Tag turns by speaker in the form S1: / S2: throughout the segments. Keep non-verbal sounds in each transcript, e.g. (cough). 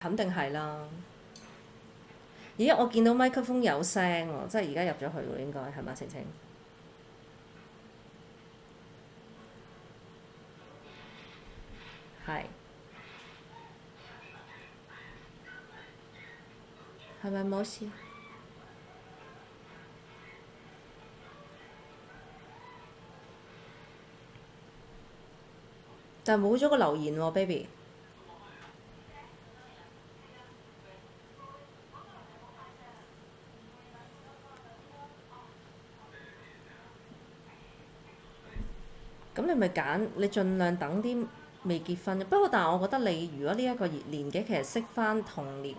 S1: 肯定係啦。咦，我見到麥克風有聲喎，即係而家入咗去喎，應該係嘛？晴晴，係係咪冇事？但係冇咗個留言喎，baby。咁你咪揀，你盡量等啲未結婚嘅。不過，但係我覺得你如果呢一個年紀，其實識翻同年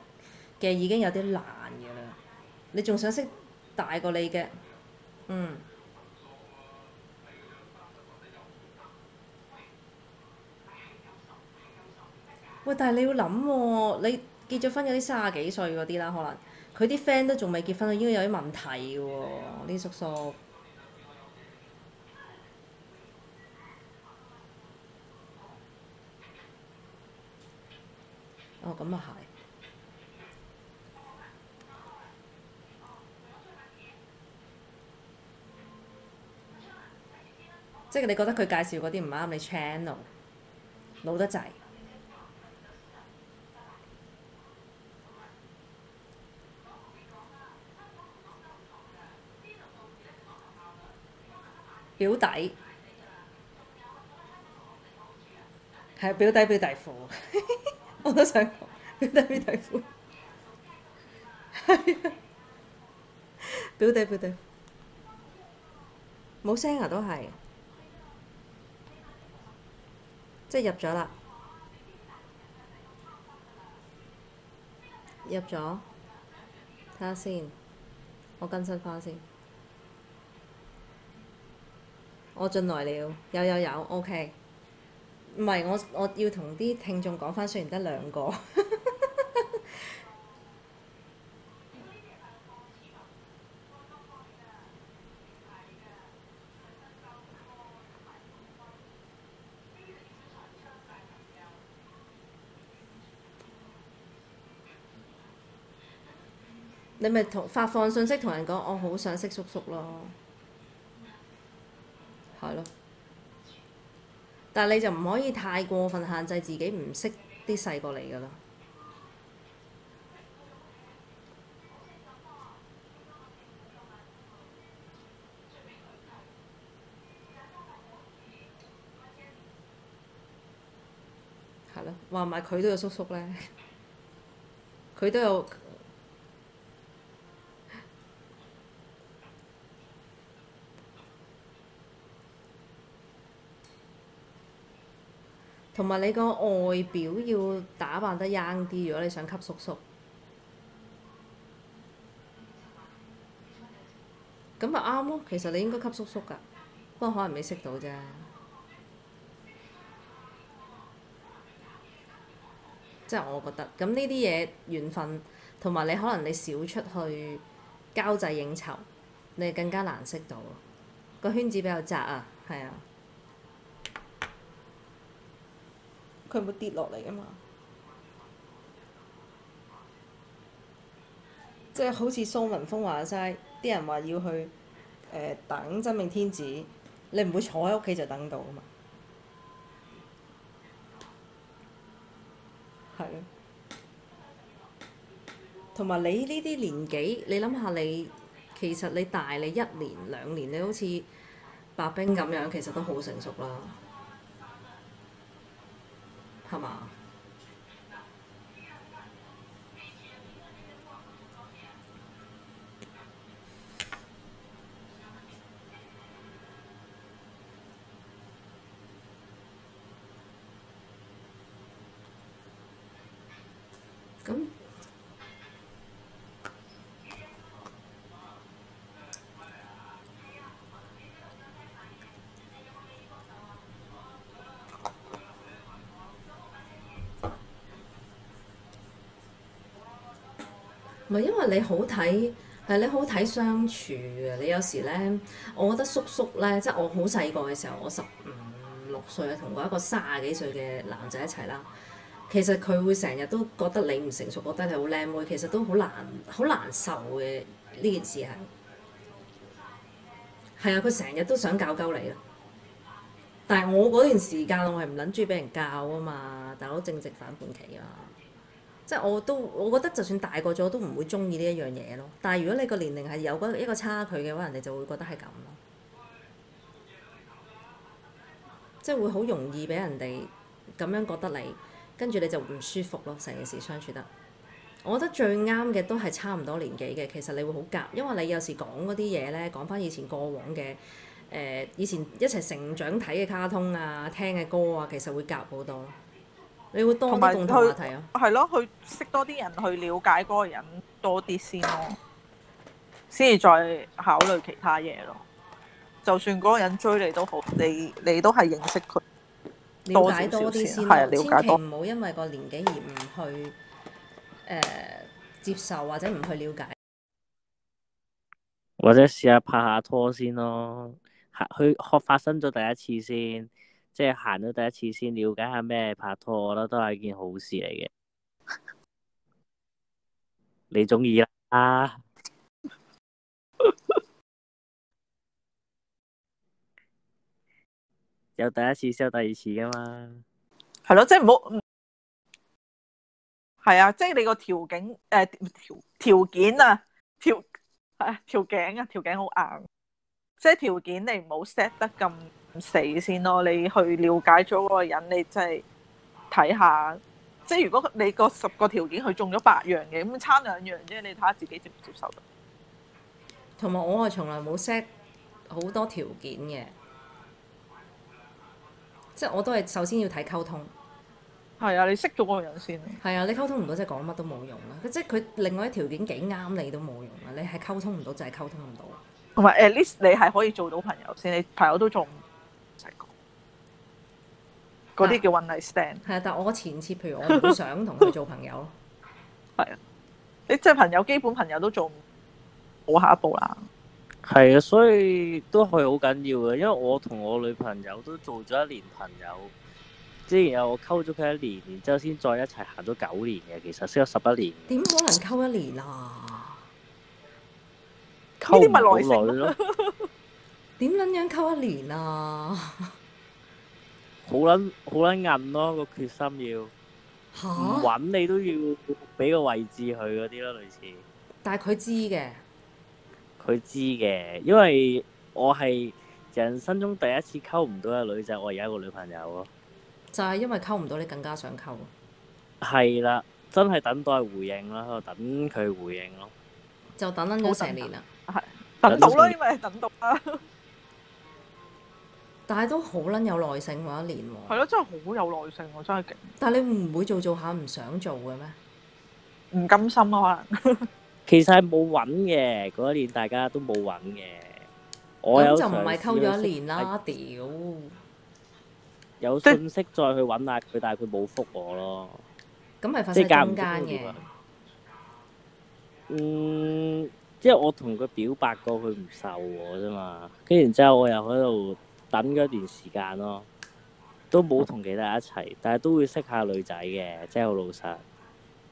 S1: 嘅已經有啲難嘅啦。你仲想識大過你嘅，嗯。喂，但係你要諗喎、你結咗婚嗰啲三十幾歲嗰啲啦，可能佢啲 friend 都仲未結婚，應該有啲問題嘅喎、呢啲叔叔。哦，咁啊係。即係你覺得佢介紹嗰啲唔啱你 channel，老得滯。表弟，係表弟表弟父，我都想講表弟表弟父，係啊，表弟表弟父冇聲啊，都係，即係入咗啦，入咗，睇下先，我更新翻先。我進來了，有有有，OK。唔係，我我要同啲聽眾講翻，雖然得兩個。你咪同發放信息同人講，我好想識叔叔咯，係咯。但係你就唔可以太過分限制自己唔識啲細過你噶啦。係咯，話埋佢都有叔叔咧， (laughs) 佢都有。同埋你個外表要打扮得 young 啲，如果你想吸叔叔，咁咪啱咯。其實你應該吸叔叔㗎，不過可能未識到啫。即係我覺得，咁呢啲嘢緣分，同埋你可能你少出去交際應酬，你更加難識到。個圈子比較窄啊，係啊。佢會跌落嚟噶啊嘛。即係好似蘇文峰話齋，啲人話要去誒、呃等真命天子，你唔會坐喺屋企就等到啊嘛。係咯。同埋你呢啲年紀，你諗下你其實你大你一年兩年，你好似白冰咁樣，其實都好成熟啦。係嘛？咁唔係因為你好睇，係你好睇相處嘅。你有時咧，我覺得叔叔咧，即係我好細個嘅時候，我十五六歲啊，同過一個三十幾歲嘅男仔一齊啦。其實佢會成日都覺得你唔成熟，覺得你好靚妹，其實都好難好難受嘅呢件事係。係啊，佢成日都想教鳩你啦。但係我嗰段時間，我係唔撚中意俾人教啊嘛，大佬正值反叛期啊，即係我都我覺得就算大個咗都唔會中意呢一樣嘢咯。但係如果你個年齡係有嗰一個差距嘅話，人哋就會覺得係咁咯，即係會好容易俾人哋咁樣覺得你，跟住你就唔舒服咯，成件事相處得。我覺得最啱嘅都係差唔多年紀嘅，其實你會好夾，因為你有時講嗰啲嘢咧，講翻以前過往嘅誒、呃以前一齊成長睇嘅卡通啊、聽嘅歌啊，其實會夾好多咯。你會多
S2: 同埋
S1: 啲共同
S2: 佢
S1: 話題咯。
S2: 係咯，去識多啲人去了解嗰個人多啲先咯，先至再考慮其他嘢咯。就算嗰個人追你都好，你你都係認識佢。
S1: 啊了解多啲先咯，
S2: 多少少先係啊
S1: 千
S2: 了解
S1: 祈
S2: 多
S1: 唔好因為個年紀而唔去誒、呃接受或者唔去了解。
S3: 或者試下拍下拖先咯，行去學發生咗第一次先，即係行咗第一次先，了解下咩拍拖，我覺得都係一件好事嚟嘅。你中意啦， (laughs) 有第一次先有第二次噶嘛，
S2: 係咯，即係唔好。唔係啊，即係你個條件誒條條件啊條啊條頸啊條頸好硬，即係條件你唔好 set 得咁死先咯。你去了解咗嗰個人，你真係睇下。即係如果你個十個條件佢中咗八樣嘅，咁差兩樣啫，你睇下自己接唔接受到。
S1: 同埋我係從來冇 set 好多條件嘅，即係我都係首先要睇溝通。
S2: 係啊，你識咗嗰個人先。
S1: 係啊，你溝通唔到即係講乜都冇用啦。即係佢另外一條件幾啱你都冇用啦。你係溝通唔到就係溝通唔到。
S2: 同埋 at least 你係可以做到朋友先，你朋友都做唔成嗰啲叫 one night stand。
S1: 係啊，但我前設譬如我唔會想同佢做朋友 (laughs) 咯。
S2: 你即係朋友，基本朋友都做唔好下一步啦。
S3: 係啊，所以都係好緊要嘅，因為我同我女朋友都做咗一年朋友，之前我溝咗佢一年，然之後先再一齊行咗九年嘅，其實識咗十一年。
S1: 點可能溝一年啊？
S2: 呢
S3: 溝
S2: 啲咪
S3: 唔
S2: 耐性
S3: 到女咯，
S1: 點撚樣溝一年啊？
S3: 好撚好撚硬咯，個決心要
S1: 嚇、
S3: 唔揾你都要俾個位置佢嗰啲咯，類似
S1: 但係佢知嘅，
S3: 佢知嘅，因為我係人生中第一次溝唔到嘅女仔，我而家個女朋友咯，
S1: 就係、因為溝唔到你更加想溝。
S3: 係啦，真係等待回應啦，喺度等佢回應咯。
S1: 就等撚咗成年啦，
S2: 等到啦，
S3: 等
S2: 因為等到啦，
S1: 但係都好撚有耐性喎一年
S2: 係
S1: 喎。
S2: 咯，真係好有耐性喎，真係勁，
S1: 但係你唔會做做下唔想做嘅咩？
S2: 唔甘心啊，可能
S3: 其實係冇揾嘅，嗰一年大家都冇揾嘅。我有
S1: 咁就唔
S3: 嘗
S1: 係
S3: 試
S1: 溝咗
S3: 去
S1: 一年啦，屌！
S3: 有
S2: 即係
S3: 信息再去揾下佢，但係佢冇覆我咯。
S1: 咁咪發
S3: 即
S1: 生中
S3: 係間唔中
S1: 間
S3: 會
S1: 嘅
S3: 點啊。嗯，即係我同佢表白過，佢唔受我啫嘛。跟住然之後，我又喺度等咗一段時間咯，都冇同其他人一齊，但係都會識下女仔嘅，即係好老實。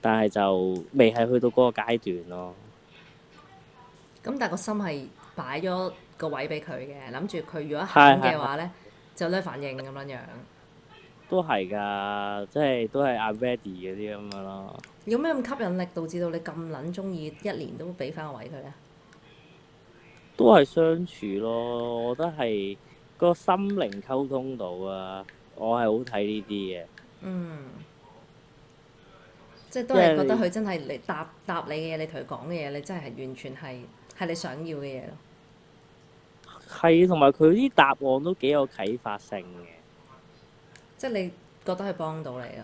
S3: 但係就未係去到嗰個階段咯。
S1: 咁但係個心係擺咗個位俾佢嘅，諗住佢如果
S3: 係
S1: 肯
S3: 係
S1: 嘅話咧，就咧反應咁樣樣。
S3: 都係㗎，即係都係 I'm ready 嗰啲咁樣咯。
S1: 有咩咁吸引力導致到你咁撚中意一年都俾翻個位佢咧？
S3: 都係相處咯，我覺得係個心靈溝通到啊，我係好睇呢啲嘅。
S1: 嗯，即係都係覺得
S3: 因為
S1: 佢真係你答答你嘅嘢，你同佢講嘅嘢，你真係完全係係你想要嘅嘢咯。
S3: 係，同埋佢啲答案都幾有啟發性嘅，
S1: 即係你覺得佢幫到你咯。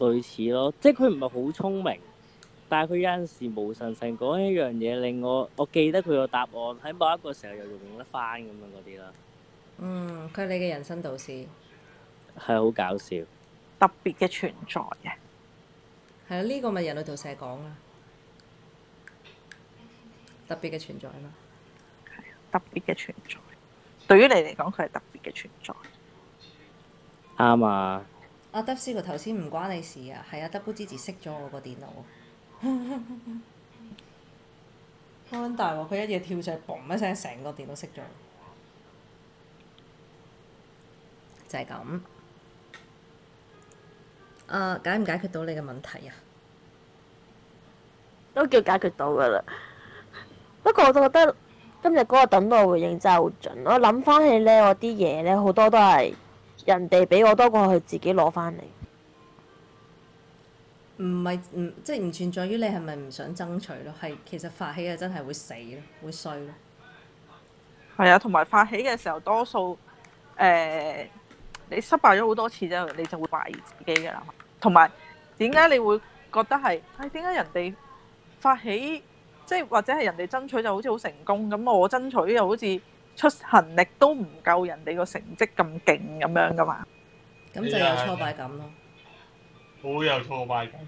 S3: 類似咯，即係佢唔係好聰明，但係佢有陣時無神神講一樣嘢，令我我記得佢個答案喺某一個時候又用得翻咁樣嗰啲啦，
S1: 嗯，佢係你嘅人生導師，
S3: 係好搞笑。
S2: 特別嘅存在嘅。
S1: 係啊，呢、個咪人類圖成日講啊，特別嘅存在啊嘛。
S2: 特別嘅存在，對於你嚟講，佢係特別嘅存在。
S3: 啱啊！
S1: 阿德斯個頭先唔關你事啊，係啊，德布之治熄咗我個電腦。 (laughs) 咁大鑊，佢一嘢跳上去，嘣一聲，成個電腦熄咗。就係咁。啊，解唔解決到你嘅問題啊？
S4: 都叫解決到噶啦。不過我都覺得今日嗰個等待回應真係好準。我諗翻起咧，我啲嘢咧好多都係人哋俾我多過佢自己攞翻嚟。
S1: 唔係唔即係唔存在於你係咪唔想爭取咯，係其實發起啊真係會死咯，會衰咯。
S2: 係啊，同埋發起嘅時候，多數誒、呃你失敗咗好多次之後，你就會懷疑自己㗎啦。同埋點解你會覺得係？唉、點解人哋發起即係或者係人哋爭取就好似好成功咁，我爭取又好似出行力都唔夠人哋個成績咁勁咁樣㗎嘛？
S1: 咁就有挫敗感咯。
S5: 好有挫敗感。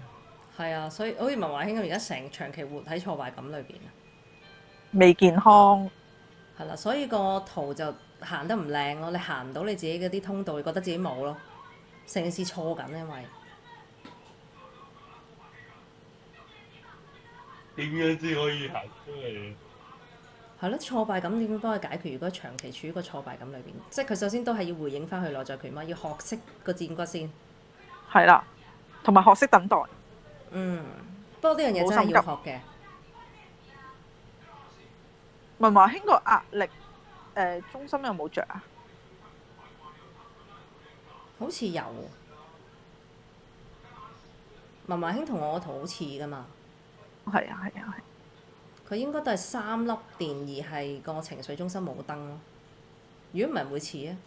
S1: 係啊，所以好似文華興咁，而家成長期活喺挫敗感裏邊啊。
S2: 未健康
S1: 係啦，所以個圖就行得唔靚咯，你行唔到你自己嗰啲通道，你覺得自己冇咯，成件事錯緊，因為
S5: 點樣先可以行出嚟？
S1: 係咯，挫敗感點樣幫佢解決？如果長期處於個挫敗感裏邊，即係佢首先都係要回應翻佢內在權威，要學識個戰骨先。
S2: 係啦，同埋學識等待。
S1: 嗯，不過呢樣嘢真係要學嘅，
S2: 文華興個壓力誒、呃中心有冇着啊？
S1: 好似有。文華興同我個圖好似噶嘛，
S2: 係啊係啊係。
S1: 佢應該都係三粒電，而係個情緒中心冇燈咯。如果唔係會似啊。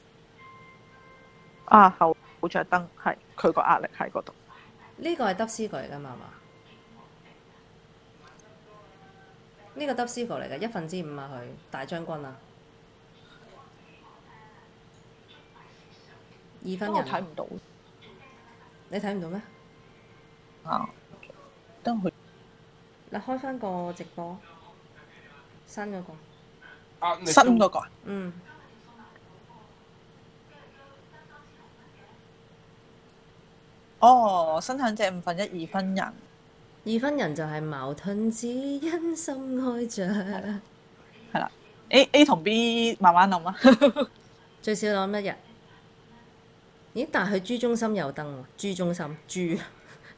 S2: 啊後冇着燈，係佢個壓力喺嗰度。
S1: 呢個係得思句嚟噶嘛？係嘛呢個得思句嚟嘅一分之五啊！佢大將軍啊，二分
S2: 不
S1: 人
S2: 過哦我睇
S1: 啊，
S2: 唔到。
S1: 你睇唔到咩？
S2: 啊，等佢
S1: 你開翻個直播，新嗰、個，
S5: 壓力
S2: 新嗰個啊
S1: 嗯，
S2: 哦，生產者五分一二分人，
S1: 二分人就係矛盾只因心愛着，
S2: 係啦。A A 同 B 慢慢諗啦。啊 (laughs)
S1: 最少諗一日。咦？但係佢 G 中心有燈喎，G 中心 G，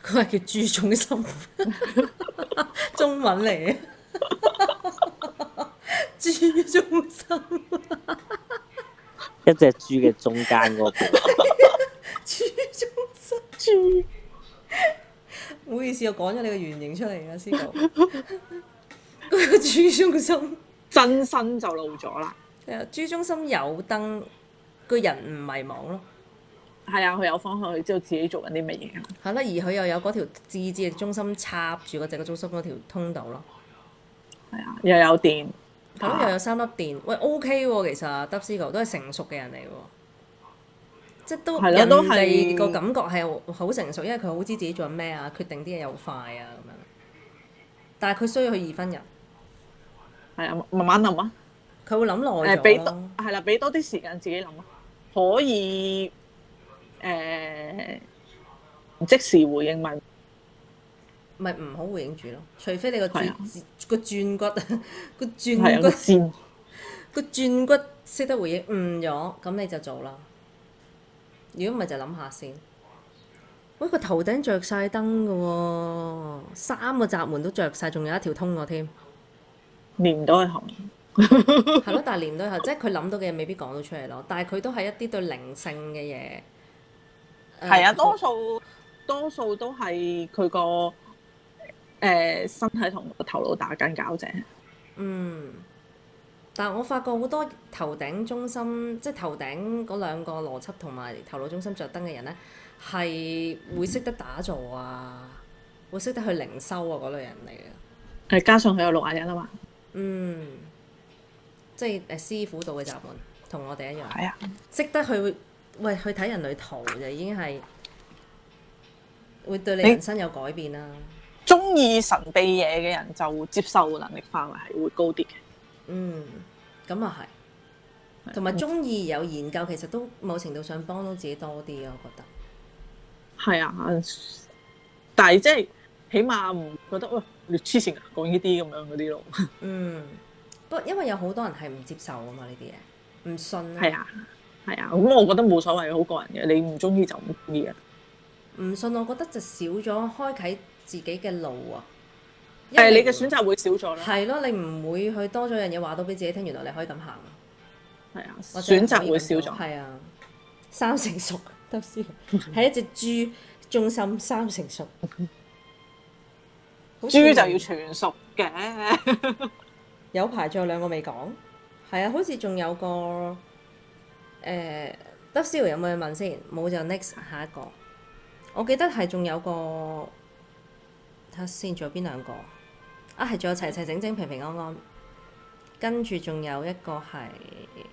S1: 佢係叫 G 中心， (laughs) 中文嚟嘅。G 中心
S3: 一隻豬嘅中間嗰個，
S1: ，G 中心 G。唔好意思，我講咗你個原型出嚟啊，師傅。嗰個 G 中心，
S2: 真身就露咗啦。
S1: 係啊，G 中心有燈，個人唔迷茫咯。
S2: 係啊，佢有方向，佢知道自己做緊啲乜嘢。啊
S1: 係啦，而佢又有嗰條自治力中心插住嗰隻個中心嗰條通道咯。
S2: 係啊，又有電。
S1: 係
S2: 啊
S1: 咯，又有三粒電，喂 OK 喎，其實 d u b s i g o 都係成熟嘅人嚟喎，即係都
S2: 係咯
S1: 人
S2: 都係
S1: 哋個感覺係好成熟，因為佢好知自己做緊咩啊，決定啲嘢又快啊咁樣。但係佢需要去二分人，
S2: 係啊，慢慢諗啊。
S1: 佢會諗耐
S2: 誒，俾
S1: 咗
S2: 多
S1: 咯。
S2: 係啦，俾多啲時間自己諗啊。可以誒，即時回應問。
S1: 咪唔好回應住咯，除非你個
S2: 係啊
S1: 轉個轉骨 (laughs) 個
S2: 係
S1: 轉
S2: 啊，個
S1: 骨
S2: 線。
S1: 個轉骨識得回應誤咗，咁你就做啦。如果唔係就諗下先。喂，個頭頂着晒燈嘅喎，三個閘門都着晒，仲有一條通我添。
S2: 連唔到佢行，
S1: (laughs) 係咯，但係連到後，即係佢諗到嘅嘢未必講到出嚟咯。但係佢都係一啲對靈性嘅嘢。呃誒
S2: 係啊，多數多數都係佢個誒身體同個頭腦打緊交啫。
S1: 嗯，但係我發覺好多頭頂中心，即係頭頂嗰兩個邏輯同埋頭腦中心着燈嘅人呢，係會識得打坐啊，會識得去靈修啊嗰類人嚟嘅。
S2: 誒，加上佢有六眼人啊嘛，
S1: 嗯，即係誒師傅道嘅閘門，同我哋一樣，
S2: 係啊，
S1: 識得去喂去睇人類圖就已經係會對你
S2: 你
S1: 人生有改變啦。
S2: 中意神秘嘢嘅人就接受能力範圍係會高啲嘅。
S1: 嗯，咁啊係，同埋中意有研究，其實都某程度上幫到自己多啲，我覺得。
S2: 係啊，但係即係起碼唔覺得喂你黐線啊，講呢啲咁樣嗰啲咯。
S1: 嗯，不過因為有好多人係唔接受啊嘛呢啲嘢，唔信
S2: 係
S1: 啊，
S2: 啊，係啊，咁我覺得冇所謂，好個人嘅，你唔中意就唔中意啊。
S1: 唔信我覺得就少咗開啟自己嘅路啊。因
S2: 誒，你啊
S1: 為
S2: 嘅選擇會少咗啦，
S1: 係咯，你唔會去多咗樣嘢話到俾自己聽，原來你可以咁行啊，
S2: 係啊，
S1: 或者
S2: 選
S1: 可
S2: 擇
S1: 以
S2: 會
S1: 咁
S2: 少
S1: 做
S2: 咗。
S1: 係啊，三成熟得
S2: (laughs)
S1: 先，係一隻豬，忠心三成熟。好似
S2: 豬就要全熟嘅。
S1: 有排仲有兩個未講，係啊，好似仲有個誒得 s 有冇嘢問先？冇就 next 下一個。我記得係仲有個睇下先，仲有邊兩個啊？係仲有齊齊整整平平安安，跟住仲有一個係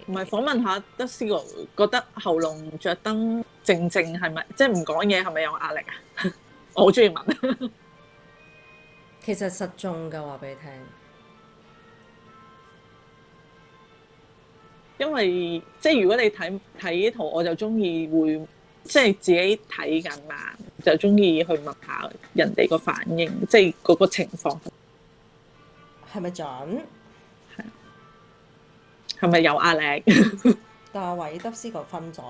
S2: 唔係訪問下德斯哥，覺得喉嚨着燈靜靜係咪，即係唔講嘢係咪有壓力啊？ (laughs) 我好中意問，
S1: 其實實中嘅話俾你聽，
S2: 因為即係如果你睇睇呢套，我就中意會即係自己睇緊嘛，就中意去問下人哋個反應，即係嗰個情況
S1: 係咪準？
S2: 係咪有壓力？ (laughs)
S1: 大偉德斯哥瞓咗，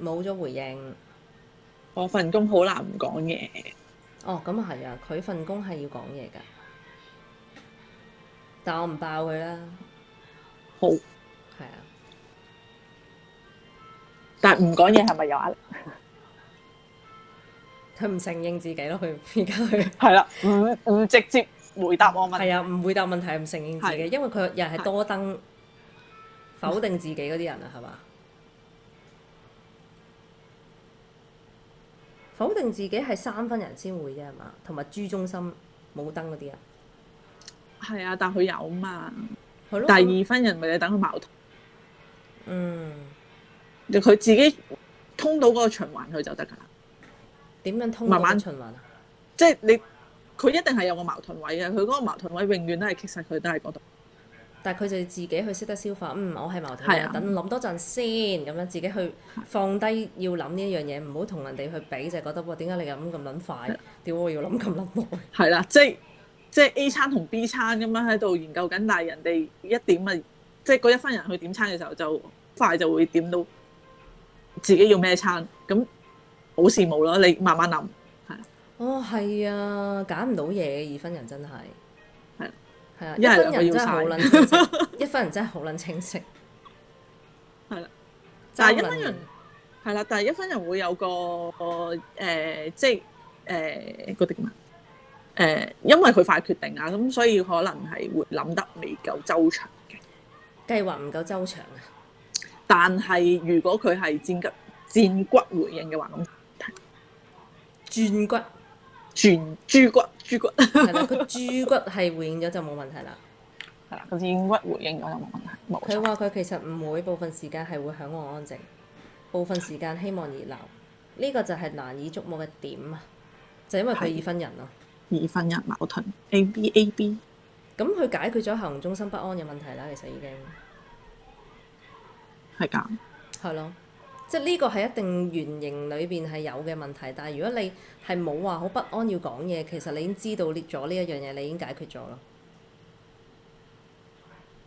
S1: 冇咗回應。
S2: 我份工好難唔講嘢，
S1: 哦，咁啊係啊，佢份工係要講嘢㗎，但我唔爆佢啦，
S2: 好，
S1: 係啊，
S2: 但係唔講嘢係咪有壓力？
S1: 佢唔承認自己咯，佢 (laughs) 而家佢
S2: 係啦，唔唔直接回答我問題
S1: 係啊，唔回答問題，唔承認自己，
S2: 係
S1: 因為佢又係
S2: 係
S1: 多登否定自己嗰啲人啊，係嘛？否定自己係三分人先會啫，係嘛？同埋朱中心冇登嗰啲啊人，
S2: 係啊，但佢有嘛？
S1: 係咯。
S2: 但
S1: 咁
S2: 係二分人咪你等佢矛盾。
S1: 嗯，
S2: 佢自己通到嗰個循環佢就得㗎啦。
S1: 點樣通過
S2: 慢慢
S1: 個循環啊？
S2: 即係你佢一定係有個矛盾位嘅，佢嗰個矛盾位永遠都係其實佢都係嗰度。
S1: 但係佢就自己去識得消化，嗯，我係矛盾
S2: 係
S1: 嘅，
S2: 啊
S1: 等諗多陣先，咁樣自己去放低要諗呢一樣嘢，唔好同人哋去比，就係覺得哇點解你諗咁撚快？屌我要諗咁撚耐，
S2: 係啦，即係即係 A 餐同 B 餐咁樣喺度研究緊，但係人哋一點啊，即係嗰一分人去點餐嘅時候就快就會點到自己要咩餐，咁好羨慕咯。你慢慢諗，
S1: 哦係啊，揀唔到嘢，二分人真係
S2: 係
S1: 係啊，
S2: 一
S1: 一
S2: 係
S1: 分人
S2: 兩個要
S1: 真係好
S2: 晒
S1: 撚清
S2: (laughs)
S1: 晰，一分人真係好撚清晰，
S2: 係啦，
S1: 爭
S2: 但係一
S1: 撚
S2: 分
S1: 完
S2: 人係啦，但係一分人會有個誒、呃即係誒嗰啲叫咩？誒、因為佢快決定啊，咁所以可能係會諗得未夠周詳嘅。
S1: 計劃唔夠周詳啊，
S2: 但係如果佢係戰骨戰骨回應嘅話，咁
S1: 轉骨
S2: 轉豬骨豬骨係
S1: 係啦，佢豬骨係回應咗就冇問題啦。
S2: 啦，佢戰骨回應我就冇問題，冇
S1: 佢
S2: 錯。
S1: 話佢其實唔會部分時間係會嚮往安靜，部分時間希望熱鬧。呢、個就係難以捉摸嘅點啊！就因為佢
S2: 係
S1: 已婚人啊咯，
S2: 二分一矛盾，A B A B
S1: 咁佢解決咗行中心不安嘅問題啦。其實已經
S2: 係㗎，
S1: 係咯，即係呢個係一定原型裏邊係有嘅問題。但係如果你係冇話好不安要講嘢，其實你已經知道列咗呢一樣嘢，你已經解決咗咯。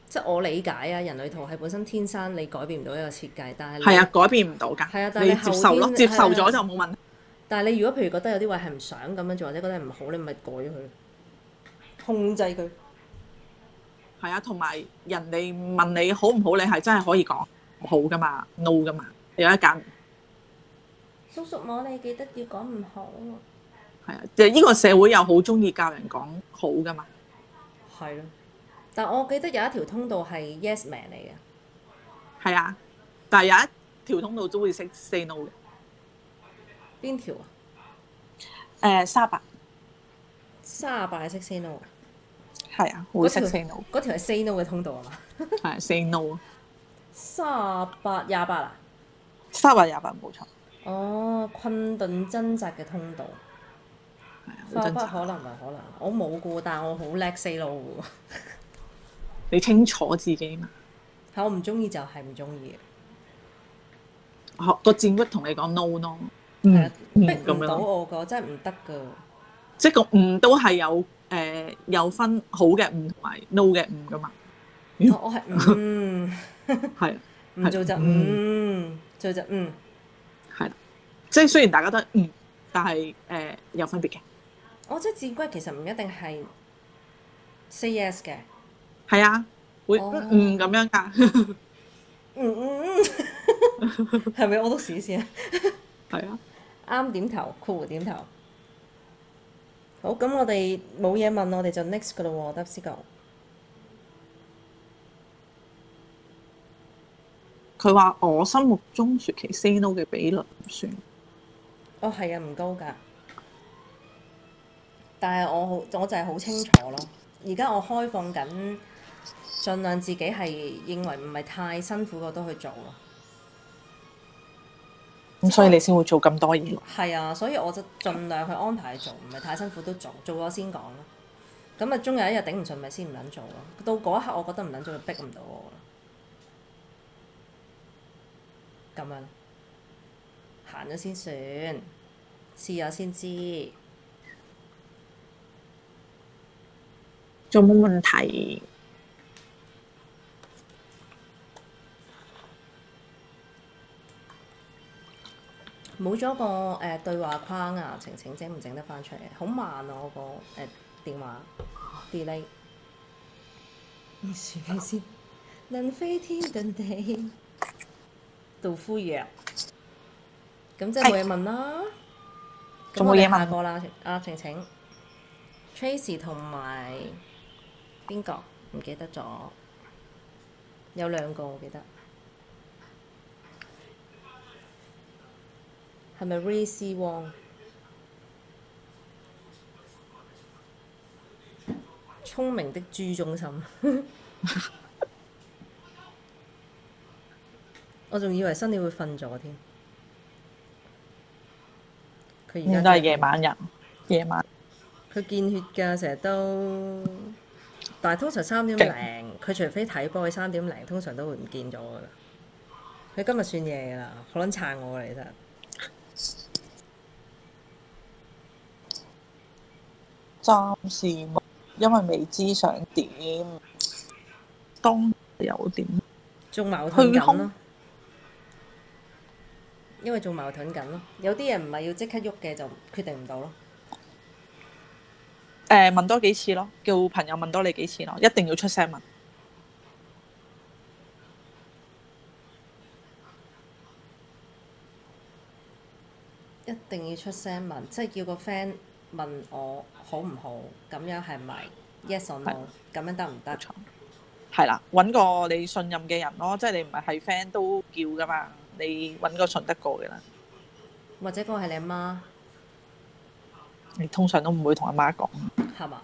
S1: 即係我理解啊，人類圖係本身天生你改變唔到一個設計，但係你
S2: 係啊，改變唔到㗎。
S1: 係啊但係
S2: 你
S1: 你
S2: 接受
S1: 後
S2: 咯，
S1: 天
S2: 接受
S1: 係啊
S2: 咗就冇問題。
S1: 但係你如果譬如覺得有啲位係唔想咁樣做，或者覺得唔好，你咪改咗佢，控制佢。
S2: 係啊，同埋人哋問你好唔好，你係真係可以講唔好㗎嘛，no 㗎嘛，你有得揀。
S1: 叔叔摸你記得要講唔好
S2: 係啊，即係呢個社會又好中意教人講好㗎嘛。
S1: 喎。係咯，但我記得有一條通道係 yes man 嚟嘅，
S2: 係啊，但係有一條通道都會識 say no 嘅。
S1: 邊條啊？
S2: 誒，沙白
S1: 三十八係識 say no 啊？
S2: 係啊，會識
S1: 嗰條
S2: say no，
S1: 嗰條係 say no 嘅通道啊嘛？
S2: 係 say no 啊。
S1: 三十八廿八啊？
S2: 沙白廿八啊冇錯，
S1: 哦，困頓掙扎嘅通道，
S2: 係啊，好
S1: 化
S2: 真
S1: 不
S2: 實。
S1: 可能唔係可能，我冇過，但我好叻 say no 嘅喎， (laughs)
S2: 你清楚自己嘛？
S1: 係我唔中意就係唔中意嘅。
S2: 學個戰骨同你講 no no，
S1: 係啊
S2: 嗯嗯
S1: 逼
S2: 咁
S1: 唔
S2: 樣
S1: 到
S2: 咯，
S1: 我個，真係唔得㗎。
S2: 即係個唔都係有誒有分好嘅唔同埋 no 嘅唔
S1: (laughs)
S2: 噶嘛，嗯
S1: 我哦我係
S2: (laughs)
S1: 嗯，
S2: 係啊
S1: 唔做就嗯，做就嗯，
S2: 係啦，即係雖然大家都係嗯，但係誒有分別嘅，
S1: 我哦即係自骨其實唔一定係 say yes 嘅，
S2: 係啊，會
S1: 哦
S2: 嗯嗯咁樣㗎， (laughs)
S1: 嗯嗯嗯， (laughs) 係咪我都試先啊？
S2: 係啊，
S1: 啱點頭，酷點頭。好，咁我哋冇嘢問，我哋就 next 噶咯喎，得思狗。
S2: 佢話我心目中雪琪 say no 嘅比率唔算，
S1: 哦，係啊，唔高㗎。但係我好，我就係好清楚咯。而家我開放緊，盡量自己係認為唔係太辛苦嘅都去做咯。
S2: 咁所以你先會做咁多嘢咯，
S1: 係啊，所以我就盡量去安排去做，唔係太辛苦都做，做咗先講咯。咁啊，終有一日頂唔順，咪先唔撚做咯。到嗰一刻，我覺得唔撚做，就逼唔到我啦。咁樣行咗先算，試下先知。
S2: 仲有冇問題？
S1: 冇咗個誒、呃、對話框啊，晴晴整唔整得翻出嚟？好慢啊！我個誒、呃、電話 delay。你試下先，能飛天遁地，杜夫約。咁即係冇嘢問啦。咁
S2: 仲
S1: 我
S2: 冇
S1: 哋
S2: 嘢
S1: 下
S2: 問
S1: 個啦，阿晴晴、Tracy 同埋邊個？唔記得咗。有兩個我記得。係咪 r a c y Wong？聰明的豬中心， (laughs) 我仲以為新你會瞓咗添。佢而
S2: 嗯
S1: 家
S2: 都係夜晚人，夜晚。
S1: 佢見血㗎，成日都，但係通常三點零，佢除非睇波，佢三點零通常都會唔見咗㗎啦。佢今日算夜㗎啦，好撚撐我啦，其實。
S2: 暫時冇，因為未知想點。當有點
S1: 仲矛盾緊
S2: 虛
S1: 咯
S2: 空，
S1: 因為仲矛盾緊咯。有啲人唔係要即刻喐嘅，就決定唔到咯。
S2: 誒問多幾次咯，叫朋友問多你幾次咯，一定要出聲問。
S1: 一定要出聲問，即係叫個 friend 問我好唔好，咁樣係咪？Yes or no？咁樣得唔得
S2: 冇？錯，係啦，揾個你信任嘅人咯，即係你唔係係 friend 都叫噶嘛，你揾個信得過嘅啦。
S1: 或者嗰個係你阿媽
S2: 你通常都唔會同阿媽講，
S1: 係嘛？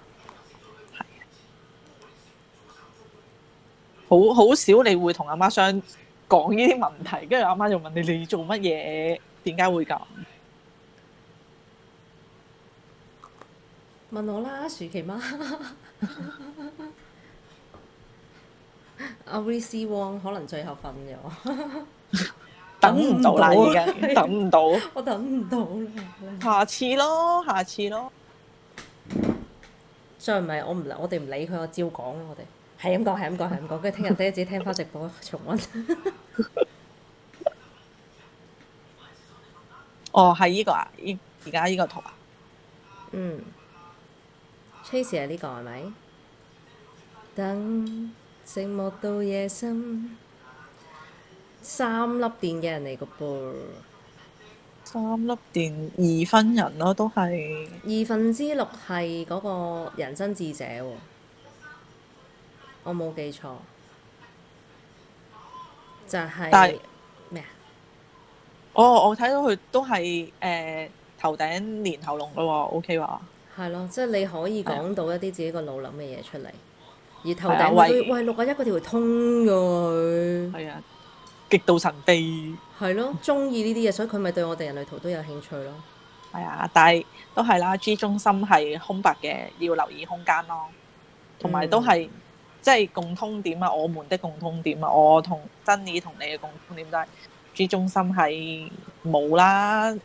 S2: 好好少你會同阿媽相講呢啲問題，跟住阿媽就問你你做乜嘢，點解會咁？
S1: 問我啦，暑期媽。 (laughs) 阿 r i c y Wong 可能最後瞓咗， (laughs)
S2: 等唔到啦，
S1: 等唔到啊 (laughs)
S2: 而家等唔到，
S1: 我等唔到啦。
S2: 下次咯，下次咯。
S1: 再唔係我唔理我哋唔理佢，我照講咯。我哋係咁講，係咁講，係咁講，跟住聽日爹自己聽翻直播重温。
S2: 哦，係呢個啊，依而家呢個圖啊，
S1: 嗯，Chase 係呢個係咪？等寂寞到夜深，三粒電嘅人嚟個噃，
S2: 三粒電二分人咯，都係
S1: 二分之六係嗰個人生智者喎，我冇記錯，就
S2: 但
S1: 係、
S2: 係
S1: 咩啊？
S2: 哦，我睇到佢都係誒、呃、頭頂連喉嚨嘅喎，OK 話
S1: 係咯，即係你可以
S2: 係啊
S1: 講到一啲自己個腦諗嘅嘢出嚟，而頭
S2: 係啊
S1: 頂嗰
S2: 喂
S1: 堆喂六啊一嗰條通㗎佢，
S2: 係啊，極度神秘
S1: 係咯，中意呢啲嘢，所以佢咪對我哋人類圖都有興趣咯。
S2: 係啊，但係都係啦，G 中心係空白嘅，要留意空間咯，同埋都係、即係共通點啊，我們的共通點啊，我同珍妮同你嘅共通點都係 G 中心係冇啦，誒、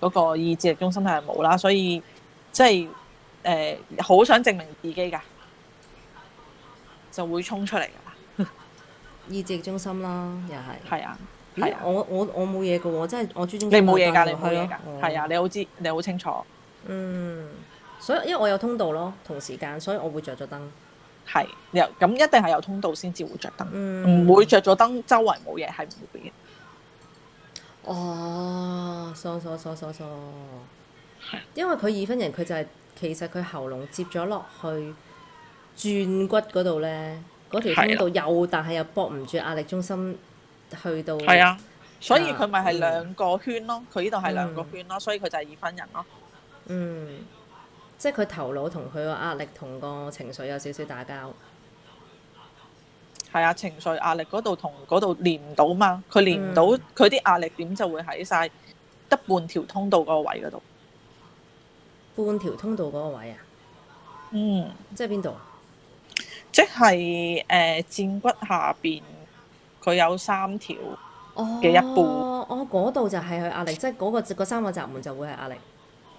S2: 嗰、個意志力中心係冇啦，所以即係誒好想證明自己㗎，就會衝出嚟㗎，
S1: 意志力中心啦，又係。
S2: 係啊，係
S1: 咦
S2: 啊，
S1: 我我我冇嘢嘅喎，即係我專中
S2: 你
S1: 心
S2: 冇嘢㗎，
S1: 單
S2: 你
S1: 喎
S2: 冇嘢㗎，
S1: 咯
S2: 係啊，，你好知，你好清楚，
S1: 哦嗯，所以因為我有通道咯，同時間，所以我會着咗燈，
S2: 係又咁一定係有通道先至會着燈，
S1: 嗯，
S2: 唔、會着咗燈周圍冇嘢係唔會嘅，
S1: 哦，疏疏疏疏疏，因為佢二分人，佢就係、其實佢喉嚨接咗落去轉骨嗰度咧，嗰條
S2: 係啦
S1: 通
S2: 啊
S1: 道又但係又搏唔住壓力中心去到，
S2: 係，啊。所以
S1: 啊
S2: 佢咪係
S1: 嗯
S2: 兩個圈咯，佢呢度係兩個
S1: 嗯
S2: 圈咯，所以佢就係二分人咯。
S1: 嗯，即係佢頭腦同佢個壓力同個情緒有少少打交，
S2: 係啊，情緒壓力嗰度同嗰度連唔到嘛，佢連唔到，
S1: 嗯
S2: 佢啲壓力點就會喺晒得半條通道嗰個位嗰度。
S1: 半條通道嗰個位啊，
S2: 嗯，
S1: 即係邊度啊？
S2: 即係誒、呃、戰骨下邊佢有三條，
S1: 哦
S2: 嘅一半
S1: 哦，嗰度就係佢壓力，即係嗰、個嗰三個閘門就會係壓力。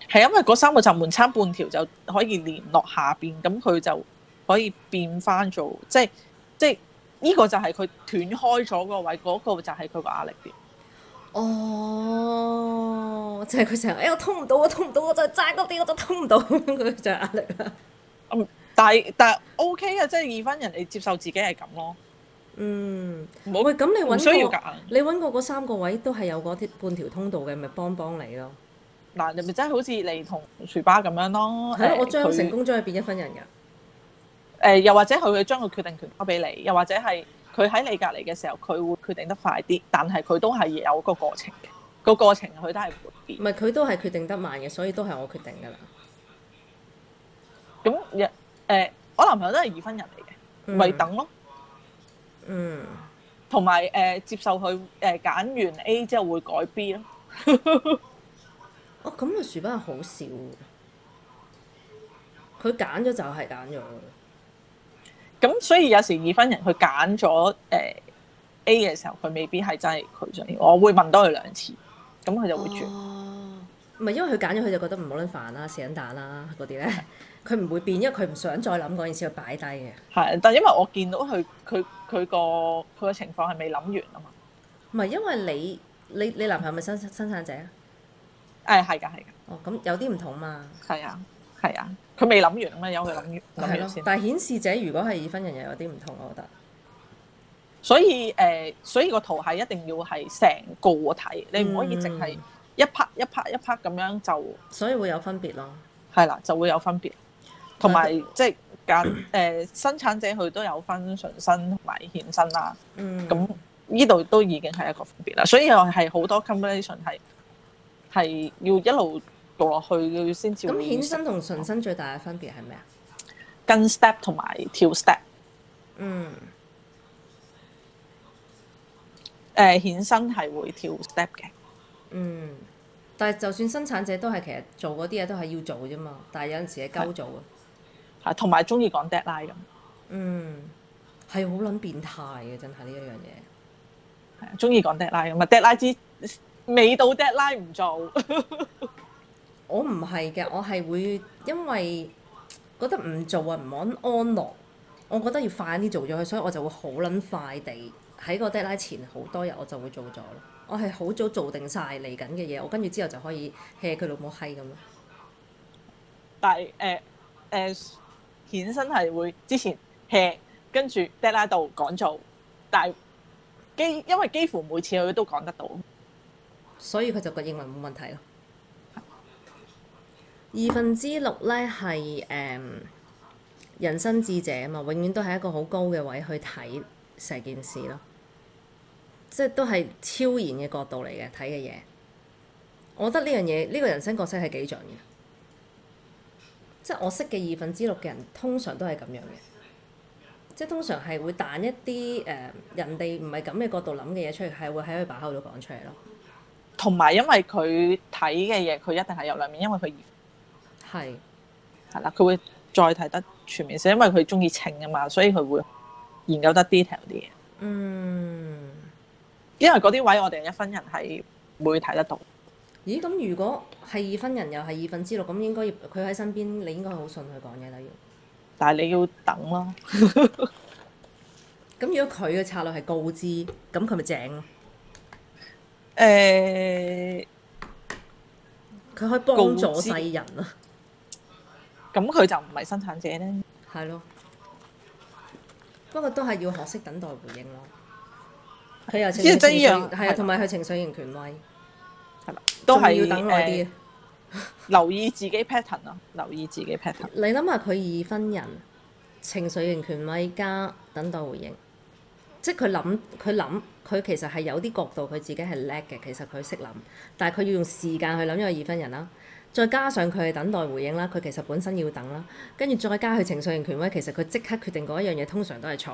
S2: 係因為嗰三個閘門差半條就可以連落下邊，咁佢就可以變翻做即係即係呢個就係佢斷開咗個位，嗰、個就係佢個壓力點。
S1: 哦，就係佢成日，哎呀，我通唔到，我通唔到，我就爭嗰啲，我就通唔到，佢就係壓力啦。
S2: 但係但係 OK 啊，即係二分人你接受自己係咁咯，
S1: 嗯，
S2: 唔
S1: 喂，
S2: 好
S1: 咁你
S2: 唔需
S1: 揾
S2: 要
S1: 過，
S2: 夾硬。
S1: 你揾過嗰三個位都係有嗰啲半條通道嘅，咪幫幫你咯。
S2: 嗱，你咪真係好似你同樹巴咁樣咯。
S1: 係
S2: 誒
S1: 咯，我將
S2: 佢
S1: 成功將佢變一分人㗎。
S2: 誒、又或者佢會將個決定權交俾你，又或者係佢喺你隔離嘅時候，佢會決定得快啲，但係佢都係有個過程嘅。個過程佢都係會變
S1: 唔。係佢都係決定得慢嘅，所以都係我決定㗎啦。
S2: 咁誒、我男朋友都係二分人嚟嘅，
S1: 嗯
S2: 咪、等咯。
S1: 嗯，
S2: 同埋誒接受佢誒揀完 A 之後會改 B 咯。
S1: 哦，咁個薯包係好少喎。佢揀咗就係揀咗，
S2: 咁所以有時二分人佢揀咗誒 A 嘅時候，佢未必係真係佢想要。我會問多佢兩次，咁佢就會轉。
S1: 哦，唔係因為佢揀咗，佢就覺得唔好撚煩啦、死撚蛋啦嗰啲咧，
S2: (laughs)
S1: 佢唔會變，因為佢唔想再諗嗰件事，佢擺低嘅。
S2: 係，但因為我見到佢佢佢個佢個情況係未諗完啊嘛。
S1: 唔係因為你你你男朋友咪生生產者啊？
S2: 誒係㗎係㗎，
S1: 哦，咁有啲唔同嘛，
S2: 係啊係啊，佢未諗完啊嘛，由佢諗完諗
S1: 係
S2: 完
S1: 咯
S2: 先。。
S1: 但係顯示者如果係已婚人又有啲唔同，我覺得。
S2: 所以誒、呃所以個圖係一定要係成個體，你唔可以淨係
S1: 嗯
S2: 一 part 一 part 一 part 咁樣就
S1: 所以會有分別咯。
S2: 係啦，就會有分別。同埋
S1: 但
S2: 即係揀誒生產者佢都有分純身同埋顯身啦。
S1: 嗯。
S2: 咁呢度都已經係一個分別啦。所以又係好多 combination 係係要一路做落去，要先至
S1: 咁
S2: 會
S1: 顯身同純身最大嘅分別係咩啊？
S2: 跟 step 同埋跳 step。
S1: 嗯。
S2: 誒、顯身呃係會跳 step 嘅，
S1: 嗯，但係就算生產者都係其實做嗰啲嘢都係要做啫嘛，但係有陣時係鳩做啊嘅。
S2: 係同埋中意講 deadline 咁，
S1: 嗯，係好撚變態嘅，真係呢一樣嘢。
S2: 係啊中意講 deadline 咁啊，deadline 之未到 deadline 唔做， (laughs)
S1: 我唔係嘅，我係會因為覺得唔做啊唔安安樂，我覺得要快啲做咗佢，所以我就會好撚快地喺個 deadline 前好多日我就會做咗咯。我係好早做定晒嚟緊嘅嘢，我跟住之後就可以 hea 佢老母閪咁咯。
S2: 但係誒誒顯身係會之前 hea，跟住 deadline 度講做，但係幾因為幾乎每次佢都講得到，
S1: 所以佢就覺認為冇問題咯。二分之六咧係誒人生智者啊嘛，永遠都係一個好高嘅位去睇成件事咯，即係都係超然嘅角度嚟嘅睇嘅嘢。我覺得呢樣嘢呢個人生角色係幾準嘅，即係我識嘅二分之六嘅人通常都係咁樣嘅，即係通常係會彈一啲誒、人哋唔係咁嘅角度諗嘅嘢出嚟，係會喺佢把口度講出嚟咯。
S2: 同埋因為佢睇嘅嘢佢一定係有兩面，因為佢
S1: 係。
S2: 係啦，佢會再睇得全面先，因為佢中意稱啊嘛，所以佢會研究得 detail 啲嘢。
S1: 嗯，
S2: 因為嗰啲位我哋一分人係會睇得到。
S1: 咦，咁如果係二分人又係二分之六，咁應該要佢喺身邊，你應該好信佢講嘢啦。要
S2: 但係你要等咯，
S1: 咁如果佢嘅策略係告知，咁佢咪正咯？
S2: 誒、
S1: 佢可以幫
S2: 告
S1: 助
S2: 知
S1: 世人啊，
S2: 咁佢就唔係生產者咧。
S1: 係咯。不過都係要學識等待回應咯。佢又情
S2: 即係
S1: 情
S2: 一樣
S1: 緒係啊，同埋佢情緒型權威，
S2: 都
S1: 仲
S2: 係
S1: 要等耐啲。啊
S2: 誒留意自己 pattern 啊，留意自己 pattern。
S1: 你諗下佢二分人情緒型權威加等待回應，即係佢諗佢諗佢其實係有啲角度佢自己係叻嘅，其實佢識諗，但係佢要用時間去諗，因為二分人啦。再加上佢係等待回應啦，佢其實本身要等啦，跟住再加佢情緒型權威，其實佢即刻決定嗰一樣嘢通常都係錯，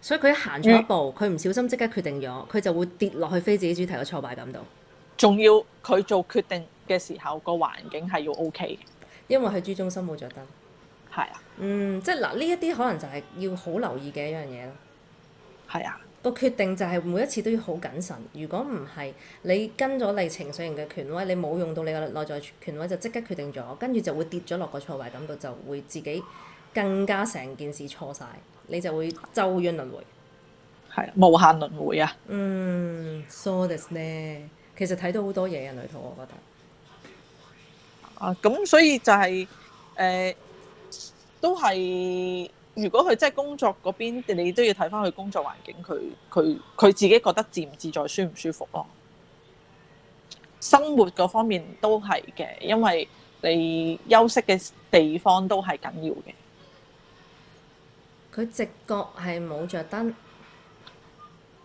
S1: 所以佢一行錯一步，佢唔小心即刻決定咗，佢就會跌落去非自己主題嘅挫敗感度，
S2: 仲要佢做決定嘅時候，個環境係要 OK 嘅，
S1: 因為佢豬中心冇着燈。
S2: 係啊，
S1: 嗯，即係嗱，呢一啲可能就係要好留意嘅一樣嘢咯。
S2: 係啊，
S1: 個決定就係每一次都要好謹慎。如果唔係，你跟咗你情緒型嘅權威，你冇用到你嘅內在權威，就即刻決定咗，跟住就會跌咗落個挫敗感度，就會自己更加成件事錯晒，你就會周冤輪迴。
S2: 係啊，無限輪迴啊！
S1: 嗯，so this 呢，其實睇到好多嘢人類圖，我覺得。
S2: 啊，咁所以就係、呃都係如果佢真係工作嗰邊，你都要睇翻佢工作環境，佢佢佢自己覺得自唔自在、舒唔舒服咯。生活嗰方面都係嘅，因為你休息嘅地方都係緊要嘅。
S1: 佢直覺係冇着燈，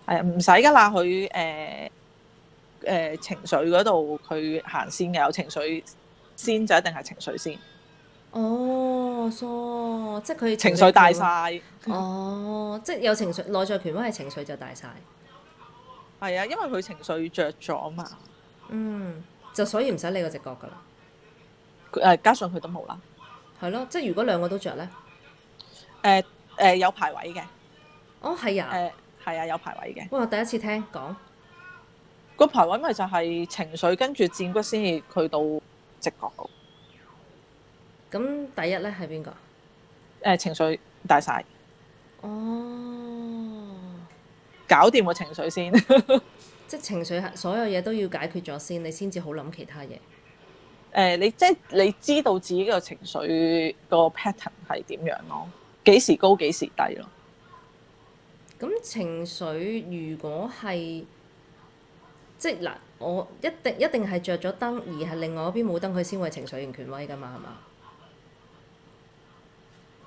S2: 係啊，唔使噶啦，佢誒誒情緒嗰度佢行先嘅，有情緒先就一定係情緒先，
S1: 哦，so 即係佢
S2: 情緒大
S1: 權威。
S2: 晒。
S1: 哦，即係有情緒內在權威係情緒就大晒。
S2: 係啊，因為佢情緒着咗嘛，
S1: 嗯，就所以唔使理個直覺㗎啦。
S2: 佢誒呃加上佢都冇啦，
S1: 係咯，即係如果兩個都着咧，
S2: 誒、誒、呃有排位嘅，誒、
S1: 哦係啊，
S2: 係啊有排位嘅，
S1: 哇！第一次聽講，
S2: 個排位咪就係情緒跟住戰骨先至去到直覺度，誒、
S1: 咁第一咧係邊個？
S2: 呃情緒大晒，
S1: 哦，
S2: 搞掂個情緒先， (laughs)
S1: 即係情緒係所有嘢都要解決咗先，你先至好諗其他嘢。
S2: 誒、呃你即係你知道自己個情緒個 pattern 係點樣咯，幾時高幾時低咯。
S1: 咁情緒如果係即係嗱，我一定一定係着咗燈，而係另外嗰邊冇燈，佢先會係情緒型權威㗎嘛，係嘛？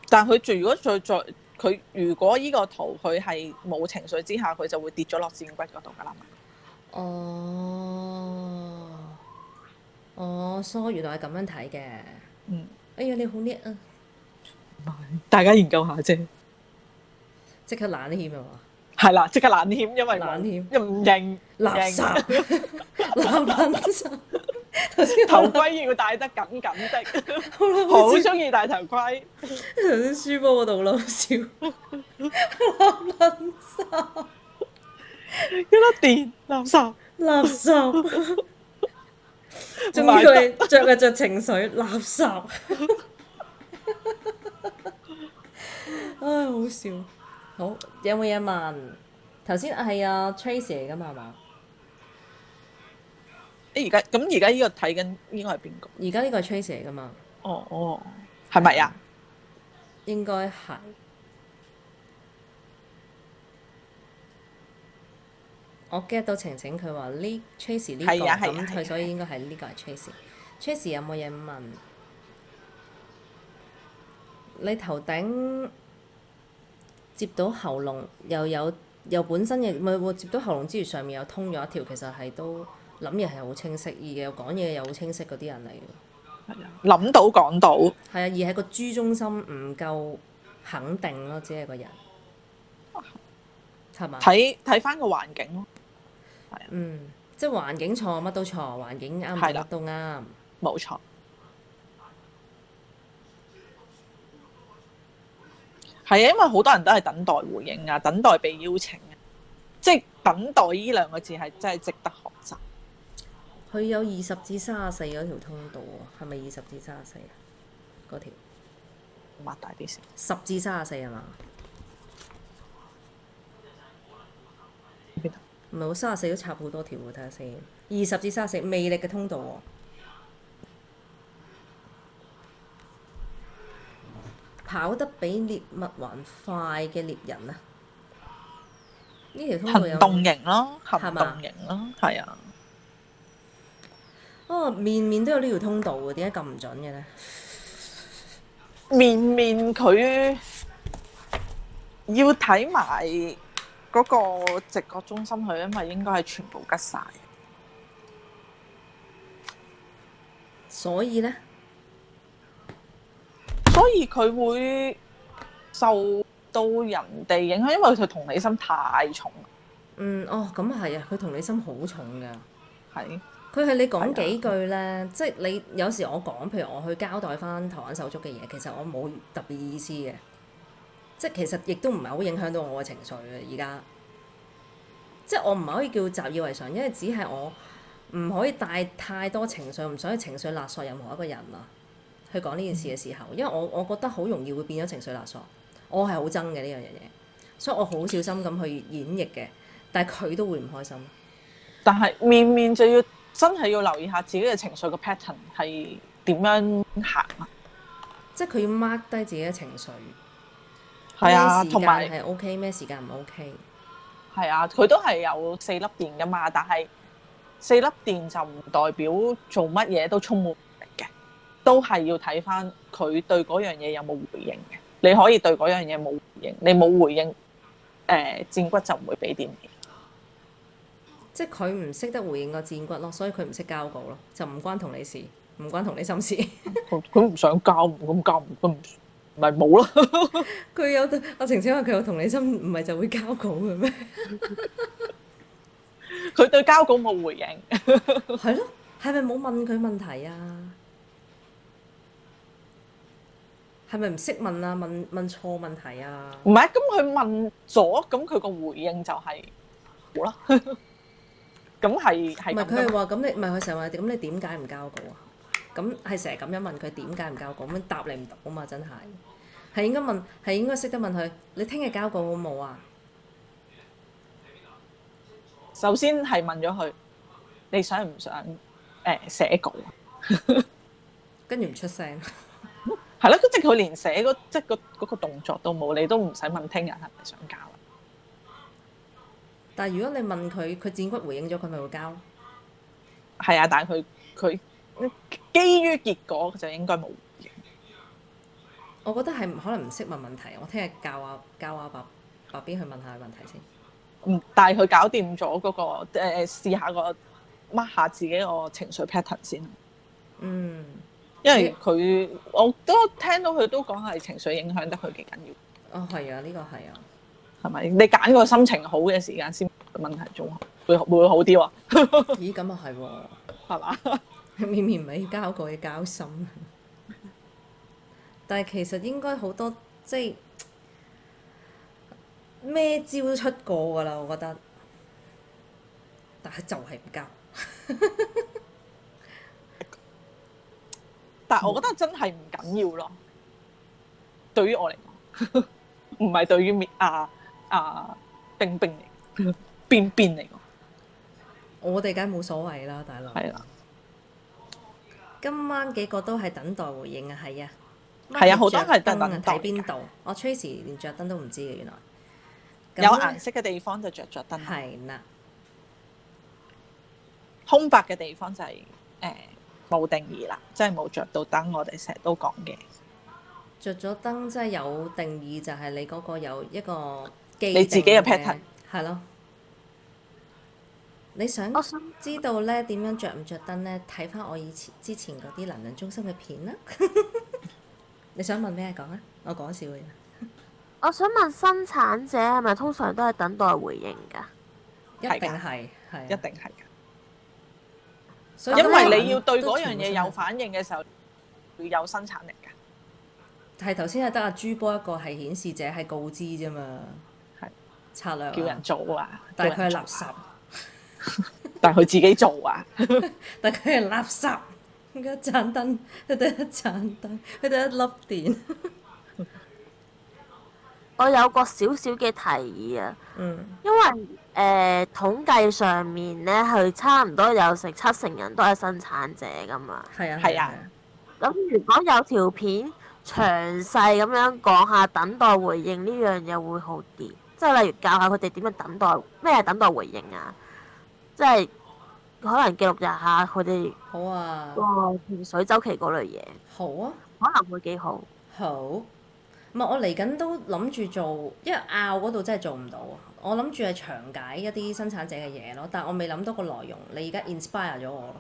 S2: 但佢最如果再再佢如果呢個圖佢係冇情緒之下，佢就會跌咗落戰骨嗰度㗎啦。
S1: 哦，哦，所以原來係咁樣睇嘅。
S2: 嗯，
S1: 哎呀，你好叻啊！
S2: 大家研究下啫。
S1: 即刻冷添啊嘛！
S2: 係啦，即刻冷險，因為
S1: 冷險
S2: 險又唔認
S1: 垃圾， (laughs) 垃圾，頭先
S2: 頭
S1: 頭
S2: 盔要戴得緊緊的，
S1: 好啦，好
S2: (laughs) 好
S1: 似
S2: 中意戴頭盔。
S1: 頭先書包嗰度啦，好笑，垃圾，
S2: 一粒電垃圾，
S1: 垃圾，仲要
S2: 買得
S1: 佢着嘅着情緒，垃圾，唉，好笑。好，有冇嘢問？頭先係啊 Tracy 嚟噶嘛係嘛？
S2: 誒而家咁而家呢個睇緊呢個係邊個？
S1: 而家呢個係 Tracy 嚟噶嘛？
S2: 哦哦，係咪啊？
S1: 應該係。我 get 到晴晴佢話呢 Tracy 呢個
S2: 係啊係啊
S1: 咁
S2: 係啊
S1: 佢所以應該係呢個係 Tracy。Tracy 有冇嘢問？你頭頂接到喉嚨又有又本身嘅唔係喎接到喉嚨之餘上面又通咗一條，其實係都諗嘢係好清晰，而又講嘢又好清晰嗰啲人嚟嘅。
S2: 係啊，諗到講到，
S1: 係啊，而係個豬中心唔夠肯定咯，只係個人係嘛？
S2: 睇睇翻個環境咯，
S1: 嗯，即係環境錯乜都錯，環境啱
S2: 係
S1: 就
S2: 啦
S1: 乜都啱。
S2: 冇錯。係啊，因為好多人都係等待回應啊，等待被邀請啊，即係等待呢兩個字係真係值得學習。
S1: 佢有二十至三十四嗰條通道喎，係咪二十至三十四啊？嗰條
S2: 擘大啲先，
S1: 十至三十四係嘛？
S2: 邊度
S1: 唔係，我三十四都插好多條喎，睇下先。二十至三十四魅力嘅通道喎，跑得比獵物還快嘅獵人啊！呢條通道有
S2: 行動型咯，
S1: 係
S2: 行
S1: 嘛
S2: 動型咯，係啊。
S1: 哦，面面都有呢條通道喎，點解咁唔準嘅咧？
S2: 面面佢要睇埋嗰個直覺中心，佢因為應該係全部吉晒。
S1: 所以咧，
S2: 所以佢會受到人哋影響，因為佢同理心太重，
S1: 嗯，哦，咁啊係啊，佢同理心好重㗎。
S2: 係
S1: 佢係你講幾句咧，即係你有時我講，譬如我去交代翻台灣手足嘅嘢，其實我冇特別意思嘅，即係其實亦都唔係好影響到我嘅情緒嘅而家，即係我唔可以叫習以為常，因為只係我唔可以帶太多情緒，唔想去情緒勒索任何一個人啊。去講呢件事嘅時候，因為我我覺得好容易會變咗情緒勒索，我係好憎嘅呢樣嘢，所以我好小心咁去演繹嘅，但係佢都會唔開心。
S2: 但係面面就要真係要留意下自己嘅情緒嘅 pattern 係點樣行啊，
S1: 即係佢要 mark 低自己嘅情緒，
S2: 係啊，
S1: 咩時
S2: 同埋
S1: 間。係 OK，咩時間唔 OK？
S2: 係啊，佢都係有四粒電噶嘛，但係四粒電就唔代表做乜嘢都充滿力嘅，都係要睇翻佢對嗰樣嘢有冇回應嘅。你可以對嗰樣嘢冇回應，你冇回應，誒、戰骨就唔會俾電你。
S1: 即係佢唔識得回應個戰骨咯，所以佢唔識交稿咯，就唔關同你事，唔關同你心事。
S2: (laughs)
S1: (laughs)
S2: 佢佢唔想教，唔咁教，唔咁咪冇咯。
S1: 佢有阿晴晴話佢有同理心，唔係就會交稿嘅
S2: (laughs)
S1: 咩？
S2: 佢對交稿冇回應，
S1: 係咯，係咪冇問佢問題啊？係咪唔識問啊？問問錯問題啊？
S2: 唔係咁 (laughs) 佢問咗，咁佢個回應就係冇啦。 (laughs) 咁係係
S1: 唔係
S2: 咁㗎
S1: 佢
S2: 嘛
S1: 係話咁你唔係佢成日話咁你點解唔交稿啊？咁係成日咁樣問佢點解唔交稿，咁答你唔到啊嘛，真係係應該問係應該識得問佢你聽日交稿好冇啊？
S2: 首先係問咗佢，你想唔想誒、寫稿啊？
S1: 跟住唔出聲，
S2: 係啦，即係佢連寫嗰即係個嗰個動作都冇，你都唔使問聽日係咪想交啦。
S1: 但係如果你問佢，佢戰骨回應咗，佢咪會交咯。
S2: 係啊，但係佢佢基於結果就應該冇嘢。
S1: 我覺得係可能唔識問問題，我聽日教啊教啊白白邊去問下佢問題先。
S2: 嗯，但係佢搞掂咗嗰個誒、試下個 mark 下自己個情緒 pattern 先，
S1: 嗯，
S2: 因為佢我都聽到佢都講係情緒影響得佢幾緊要，
S1: 哦係啊，呢個係
S2: (laughs)
S1: 啊，
S2: 係咪？你揀個心情好嘅時間先問題中會會好啲喎，
S1: 咦咁啊
S2: 係嘛？
S1: (laughs) 係喎，面面唔係交稿嘅交心。 (laughs) 但係其實應該好多即係咩招都出過㗎啦，我覺得。但係就係唔交，
S2: 但係我覺得真係唔緊要咯。對於我嚟講，唔 (laughs) 係對於面啊啊冰冰嚟，邊邊嚟講
S1: 我哋梗係冇所謂啦，大佬。
S2: 係啦，
S1: 今晚幾個都係等待回應啊，係啊，
S2: 係啊好多
S1: 乜嘢
S2: 係等
S1: 着燈啊
S2: 等待
S1: 睇邊度？我 Tracy 連着燈都唔知嘅原來。
S2: 有
S1: 咁
S2: 顏
S1: 呢
S2: 色嘅地方就着着燈，啊
S1: 係啦，
S2: 空白嘅地方就係誒冇定義啦，即係冇着到燈。我哋成日都講嘅，
S1: 着咗燈即係有定義，就係你嗰個有一個既
S2: 你自己嘅
S1: 定
S2: pattern
S1: 係咯。你想
S4: 我想
S1: 知道咧點樣着唔着燈咧？睇翻我以前之前嗰啲能量中心嘅片啦。 (laughs) 你想問咩講啊？我講笑嘅啫。
S4: 我想問生產者係咪通常都係等待回應㗎？
S1: 一
S2: 係㗎
S1: 定係係
S2: 一
S1: 一
S2: 定係嘅。
S1: 所以
S2: 因
S1: 可
S2: 為
S1: 能
S2: 你要對
S1: 都
S2: 嗰
S1: 傳
S2: 樣
S1: 咗
S2: 嘢
S1: 上
S2: 有
S1: 去
S2: 反應嘅時候，會有生產力㗎。
S1: 係頭先係得阿朱波一個係顯示者係告知啫嘛，
S2: 係
S1: 策略啊
S2: 叫人做啊，
S1: 但係
S2: 叫
S1: 佢係
S2: 人做
S1: 垃圾，
S2: 但係佢自己做啊，
S1: 但係佢係垃圾。佢得一盞燈，佢得一盞燈，佢得一粒電。
S4: 我有個少少嘅提議啊，
S1: 嗯，
S4: 因為誒、呃、統計上面咧，佢差唔多有成七成人都係生產者噶嘛。
S1: 係啊，
S2: 係啊
S4: 咁如果有條片詳細咁樣講下等待回應呢樣嘢會好啲，即係例如教下佢哋點樣等待，咩係等待回應啊？即係可能記錄一下佢哋
S1: 好啊，
S4: 個情緒周期嗰類嘢，
S1: 好啊。
S4: 可能會幾好。
S1: 好，唔係我嚟緊都諗住做，因為拗嗰度真係做唔到啊。我諗住係詳解一啲生產者嘅嘢咯，但我未諗到個內容。你而家 inspire 咗我咯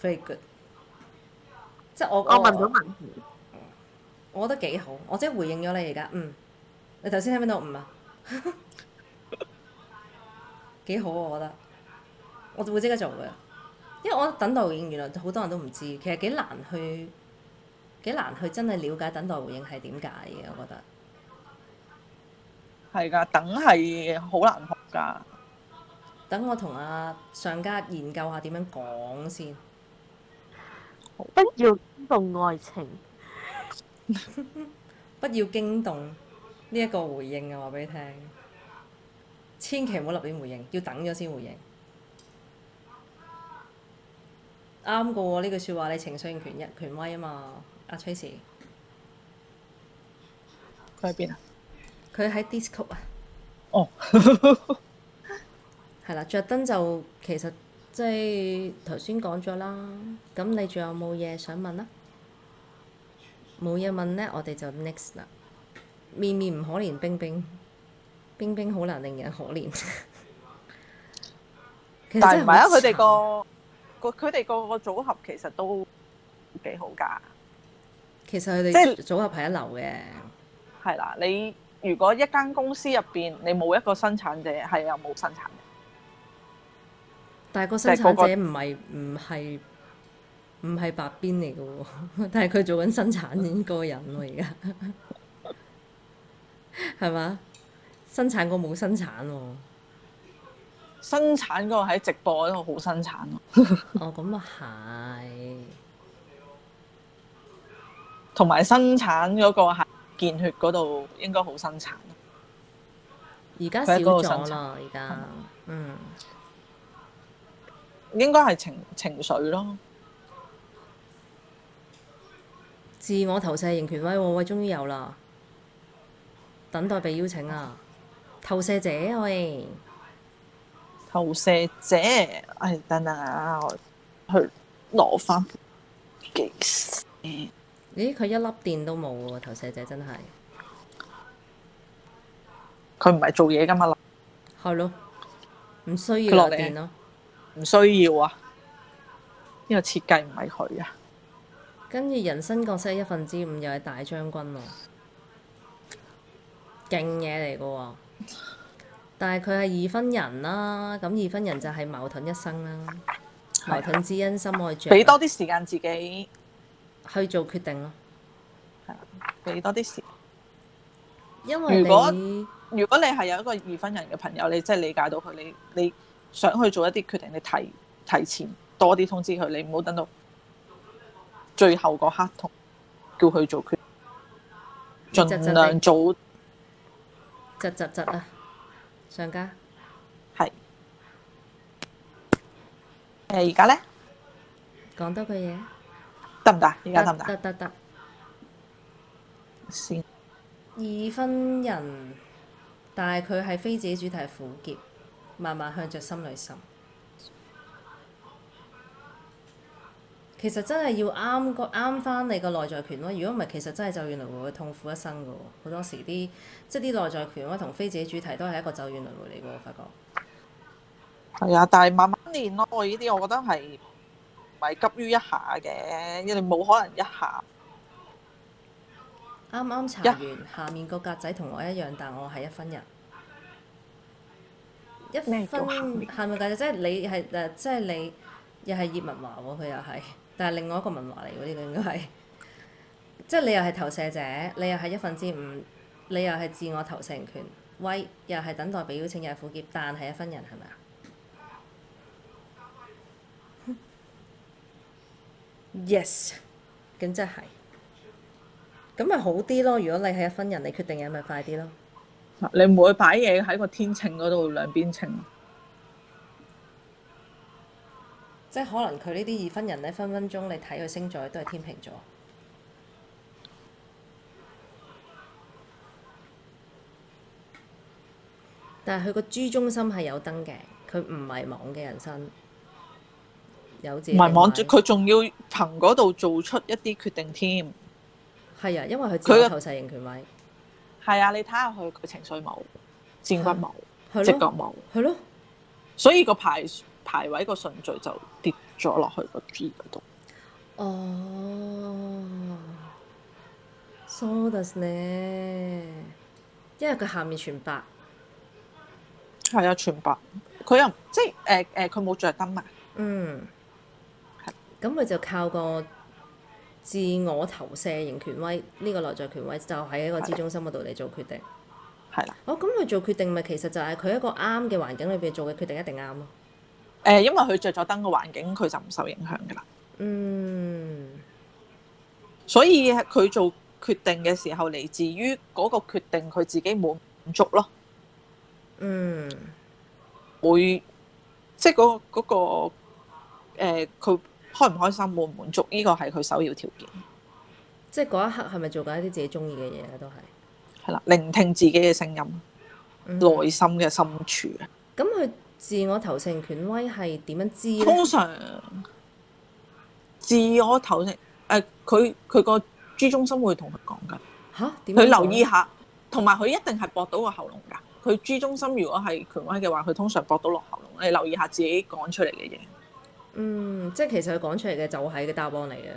S1: ，very good。即係我
S4: 我問到問題，
S1: 我覺得幾好，我即係回應咗你而家，嗯，你頭先聽唔聽到嗯啊？ (laughs) 幾好啊！我覺得，我就會即刻做嘅，因為我覺得等待回應原來好多人都唔知，其實幾難去幾難去真係了解等待回應係點解嘅，我覺得。
S2: 係㗎，等係好難學㗎。
S1: 等我同阿上家研究下點樣講先。
S4: 不要動愛情。
S1: 不要驚動呢一個回應啊！話俾你聽，千祈唔好立亂回應，要等咗先回應。啱個喎，呢句説話你情緒權一權威啊嘛，阿 Tracy，
S2: 佢喺邊啊？
S1: 佢喺 disco 啊，
S2: 哦，
S1: (laughs) 係啦，着燈就其實即係頭先講咗啦。咁你仲有冇嘢想問啊？冇嘢問呢，我哋就 next 啦。面面唔可憐冰冰，冰冰好難令人可憐。 (laughs) 其實
S2: 但係
S1: 真
S2: 唔
S1: 係
S2: 係啊？
S1: 好
S2: 佢哋
S1: 慘
S2: 個個佢哋個個組合其實都幾好㗎。
S1: 其實佢
S2: 即
S1: 哋
S2: 係
S1: 組合係一流嘅，
S2: 係啦，你如果一間公司入邊你冇一個生產者，係有冇生產者？
S1: 但係個
S2: 就
S1: 生
S2: 係個
S1: 產者唔係唔係唔係白邊嚟嘅喎， (laughs) 但係佢做緊生產嗰個人喎，而家 (laughs) 係嘛？生產過冇生產喎，哦
S2: 生產嗰個喺直播嗰度好生產咯，
S1: 哦咁啊係，
S2: 同埋生產嗰個係見血嗰度應該好生產。
S1: 而家少
S2: 佢喺嗰度生
S1: 咗
S2: 產
S1: 啦，而家嗯
S2: 應該係情情緒咯，
S1: 自我投射型權威喎，喂終於有啦，等待被邀請啊，投射者喂。
S2: 投射者。唉，等等啊，我去攞翻幾時
S1: 咦，佢一粒電都冇喎，投射者真係，
S2: 佢唔係做嘢噶嘛，
S1: 係咯，唔需
S2: 佢
S1: 要
S2: 落
S1: 有
S2: 嚟啊
S1: 電咯，
S2: 唔需要啊。呢個設計唔係佢啊，
S1: 跟住人生角色一分之五又係大將軍喎，勁嘢嚟嘅喎，但係佢係二分人啦，咁二分人就係矛盾一生啦，
S2: 係
S1: 矛盾之因心愛著，
S2: 俾多啲時間自己，
S1: 去做決定咯，
S2: 俾多啲時間
S1: 因為
S2: 如果
S1: 你
S2: 如果你係有一個二分人嘅朋友，你真係理解到佢，你你想去做一啲決定，你提提前多啲通知佢，你唔好等到最後嗰刻同叫佢做決定，
S1: 你
S2: 盡量早
S1: 窒窒窒啊，上家。
S2: 係。誒而家咧
S1: 講多句嘢，
S2: 得唔得？而家得唔得
S1: 得得得，
S2: 先？
S1: 二分人，但係佢係非自己主題苦澀，慢慢向着心裏心。其實真係要啱個啱翻你個內在權威，如果唔係，其實真係咒怨輪迴會痛苦一生噶喎。好多時啲即係啲內在權威同非自己主題都係一個咒怨輪迴嚟嘅喎，我發覺。
S2: 係啊，但係慢慢練咯。我呢啲我覺得係唔係急於一下嘅，因為你冇可能一下。
S1: 啱啱查完，下面個格仔同我一樣，但我係一分人。一
S2: 咩
S1: 分
S2: 叫下面
S1: 下面格仔即係你係誒，即係你又係葉文華喎，佢又係，但係另外一個文華嚟喎，呢個應該係。即係你又係投射者，你又係一分之五，你又係自我投射權，威，又係等待被邀請，又係苦澀，但係一分人係咪啊？Yes，咁真係，咁咪好啲咯。如果你係一分人，你決定嘢咪快啲咯。
S2: 你唔會擺嘢喺個天秤嗰度兩邊稱，
S1: 即係可能佢呢啲二分人咧，分分鐘你睇佢星座都係天秤座。但係佢個豬中心係有燈嘅，佢唔係網嘅人生，有自
S2: 唔
S1: 己
S2: 係望住
S1: 定位
S2: 佢，仲要憑嗰度做出一啲決定添。
S1: 係啊，因為佢自
S2: 佢
S1: 我
S2: 嘅
S1: 投射型權威，
S2: 係啊，你睇下佢佢情緒冇、戰骨冇、直
S1: 係
S2: 覺
S1: 咯，
S2: 冇，
S1: 係咯。
S2: 所以個排排位個順序就跌咗落去個 G 嗰度。
S1: 哦，そうですね。因為佢下面全白，
S2: 係啊，全白。佢又即係誒誒，佢冇着燈啊。
S1: 嗯，咁佢就靠個自我投射型權威呢、個內在權威，就喺一個之中心嗰度嚟做決定。
S2: 係啦，
S1: 哦，咁佢做決定咪其實就係佢一個啱嘅環境裏邊做嘅決定一定啱咯。
S2: 誒、因為佢着咗燈嘅環境，佢就唔受影響㗎啦。
S1: 嗯，
S2: 所以佢做決定嘅時候，嚟自於嗰個決定佢自己滿唔足咯，
S1: 嗯，
S2: 會即係嗰、嗰個誒佢、開唔開心，滿唔滿足，呢個係佢首要條件。
S1: 即係嗰一刻係咪做緊一啲自己中意嘅嘢咧？都係。
S2: 係啦，聆聽自己嘅聲音，
S1: 嗯
S2: 內心嘅深處。啊
S1: 咁佢自我投射型權威係點樣知咧？
S2: 通常自我投射誒，佢佢個豬中心會同佢講㗎。
S1: 吓？點
S2: 佢
S1: 樣啊講
S2: 留意下，同埋佢一定係搏到個喉嚨㗎。佢豬中心如果係權威嘅話，佢通常搏到落喉嚨。你留意下自己講出嚟嘅嘢，
S1: 嗯，即係其實佢講出嚟嘅就係個答案嚟嘅。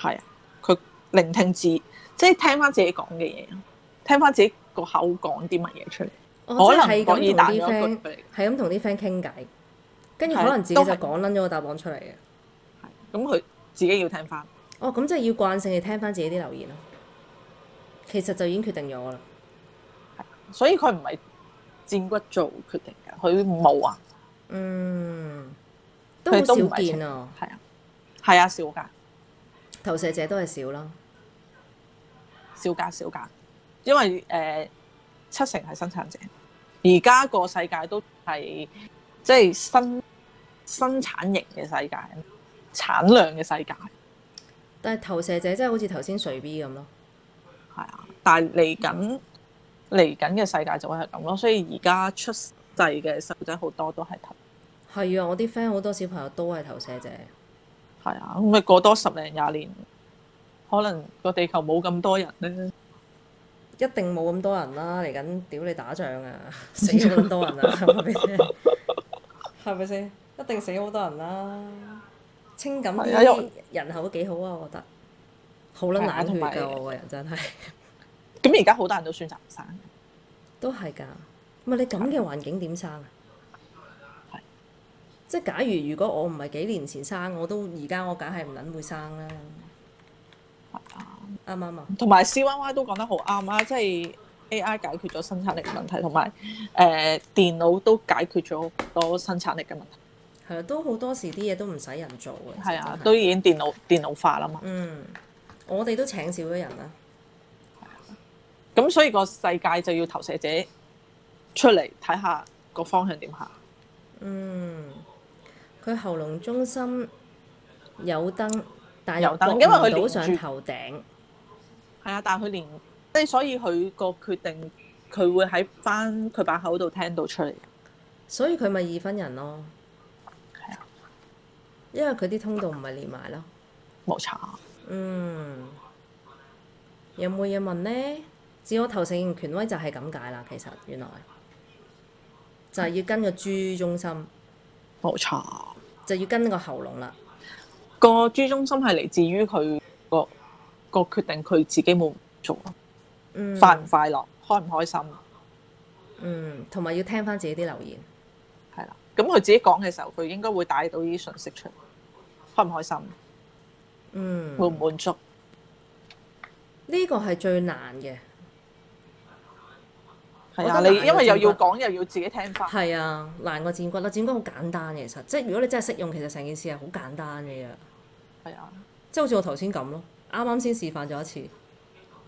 S2: 係啊，佢聆聽自，即係聽翻自己講嘅嘢，聽翻自己個口講啲乜嘢出嚟。
S1: 我
S2: 可能
S1: 哦係咁
S2: 博
S1: 同
S2: 爾彈咗一
S1: 啲
S2: 句
S1: friend
S2: 俾你
S1: 係咁同啲 friend 傾偈，跟住
S2: 係
S1: 可能自己就
S2: 都係
S1: 講撚咗個答案出嚟嘅。
S2: 咁佢自己要聽翻，
S1: 哦，咁即係要慣性地聽翻自己啲留言咯。其實就已經決定咗啦。
S2: 所以佢唔係戰骨做決定㗎，佢冇啊，
S1: 嗯，都好
S2: 佢都
S1: 少
S2: 唔係
S1: 見
S2: 情
S1: 啊，
S2: 係啊，係啊，少㗎，
S1: 投射者都係少啦。
S2: 少㗎，少㗎，因為誒、呃七成係生產者，而家個世界都係即係生生產型嘅世界，產量嘅世界
S1: 但係投射者真係好似頭先隨 B 咁咯。
S2: 係啊，但係嚟緊嚟緊嘅世界就會係咁咯，所以而家出世嘅細路仔好多都係投
S1: 係啊，我啲 friend 好多小朋友都係投射者。
S2: 係啊，咁咪過多十零廿年，可能個地球冇咁多人咧。
S1: 一定冇咁多人啦，嚟緊屌你打仗
S2: (laughs)
S1: 啊，死咗咁多人啊，係咪先？係咪先？一定死好多人啦，清咁
S2: 係啊因
S1: 啲
S2: 為
S1: 人口都幾好啊，我覺得。好撚
S2: 係啊
S1: 冷血
S2: 同埋
S1: 㗎，我個人真係 (laughs)
S2: 咁而家好多人都選擇唔生，
S1: 都係㗎。唔係你咁嘅環境點生啊
S2: 係？
S1: 即係假如如果我唔係幾年前生，我都而家我梗係唔撚會生啦。啱唔啱啊？
S2: 同埋 C Y Y 都講得好啱啊！即係 A I 解決咗生產力嘅問題，同埋誒電腦都解決咗好多生產力嘅問題。
S1: 係啊，都好多時啲嘢都唔使人做嘅。
S2: 係啊
S1: 真，係
S2: 都已經電腦電腦化啦嘛。
S1: 嗯，我哋都請少咗人啊啦。
S2: 咁所以個世界就要投射者出嚟睇下個方向點行。
S1: 嗯，佢喉嚨中心有燈，但
S2: 有
S1: 又
S2: 燈
S1: 駁
S2: 因為佢
S1: 唔到
S2: 連
S1: 上
S2: 住
S1: 頭頂。
S2: 係啊，但係佢連即係所以佢個決定，佢會喺翻佢把口度聽到出嚟。
S1: 所以佢咪二分人咯。
S2: 係啊，
S1: 因為佢啲通道唔係連埋咯。
S2: 冇錯。
S1: 嗯，有冇嘢問呢？自我投射型權威就係咁解啦，其實原來就係要跟個豬中心，
S2: 冇錯。
S1: 就要跟個喉嚨啦。
S2: 個豬中心係嚟自於佢個個決定，佢自己冇做咯，
S1: 嗯，
S2: 快唔快樂，開唔開心，啊
S1: 嗯，同埋要聽翻自己啲留言。
S2: 係啦。咁佢自己講嘅時候，佢應該會帶到呢啲信息出嚟，開唔開心，啊
S1: 嗯，
S2: 滿唔滿足，
S1: 呢個係最難嘅。
S2: 係係
S1: 我
S2: 啊，
S1: 覺得
S2: 你
S1: 難
S2: 因為又
S1: 嘅
S2: 要
S1: 戰
S2: 講又要自己聽翻，
S1: 係啊，難過戰骨啦，戰骨好簡單嘅，其實即係如果你真係識用，其實成件事係好簡單嘅啫，
S2: 係啊，
S1: 即係好似我頭先咁咯，啱啱先示範咗一次，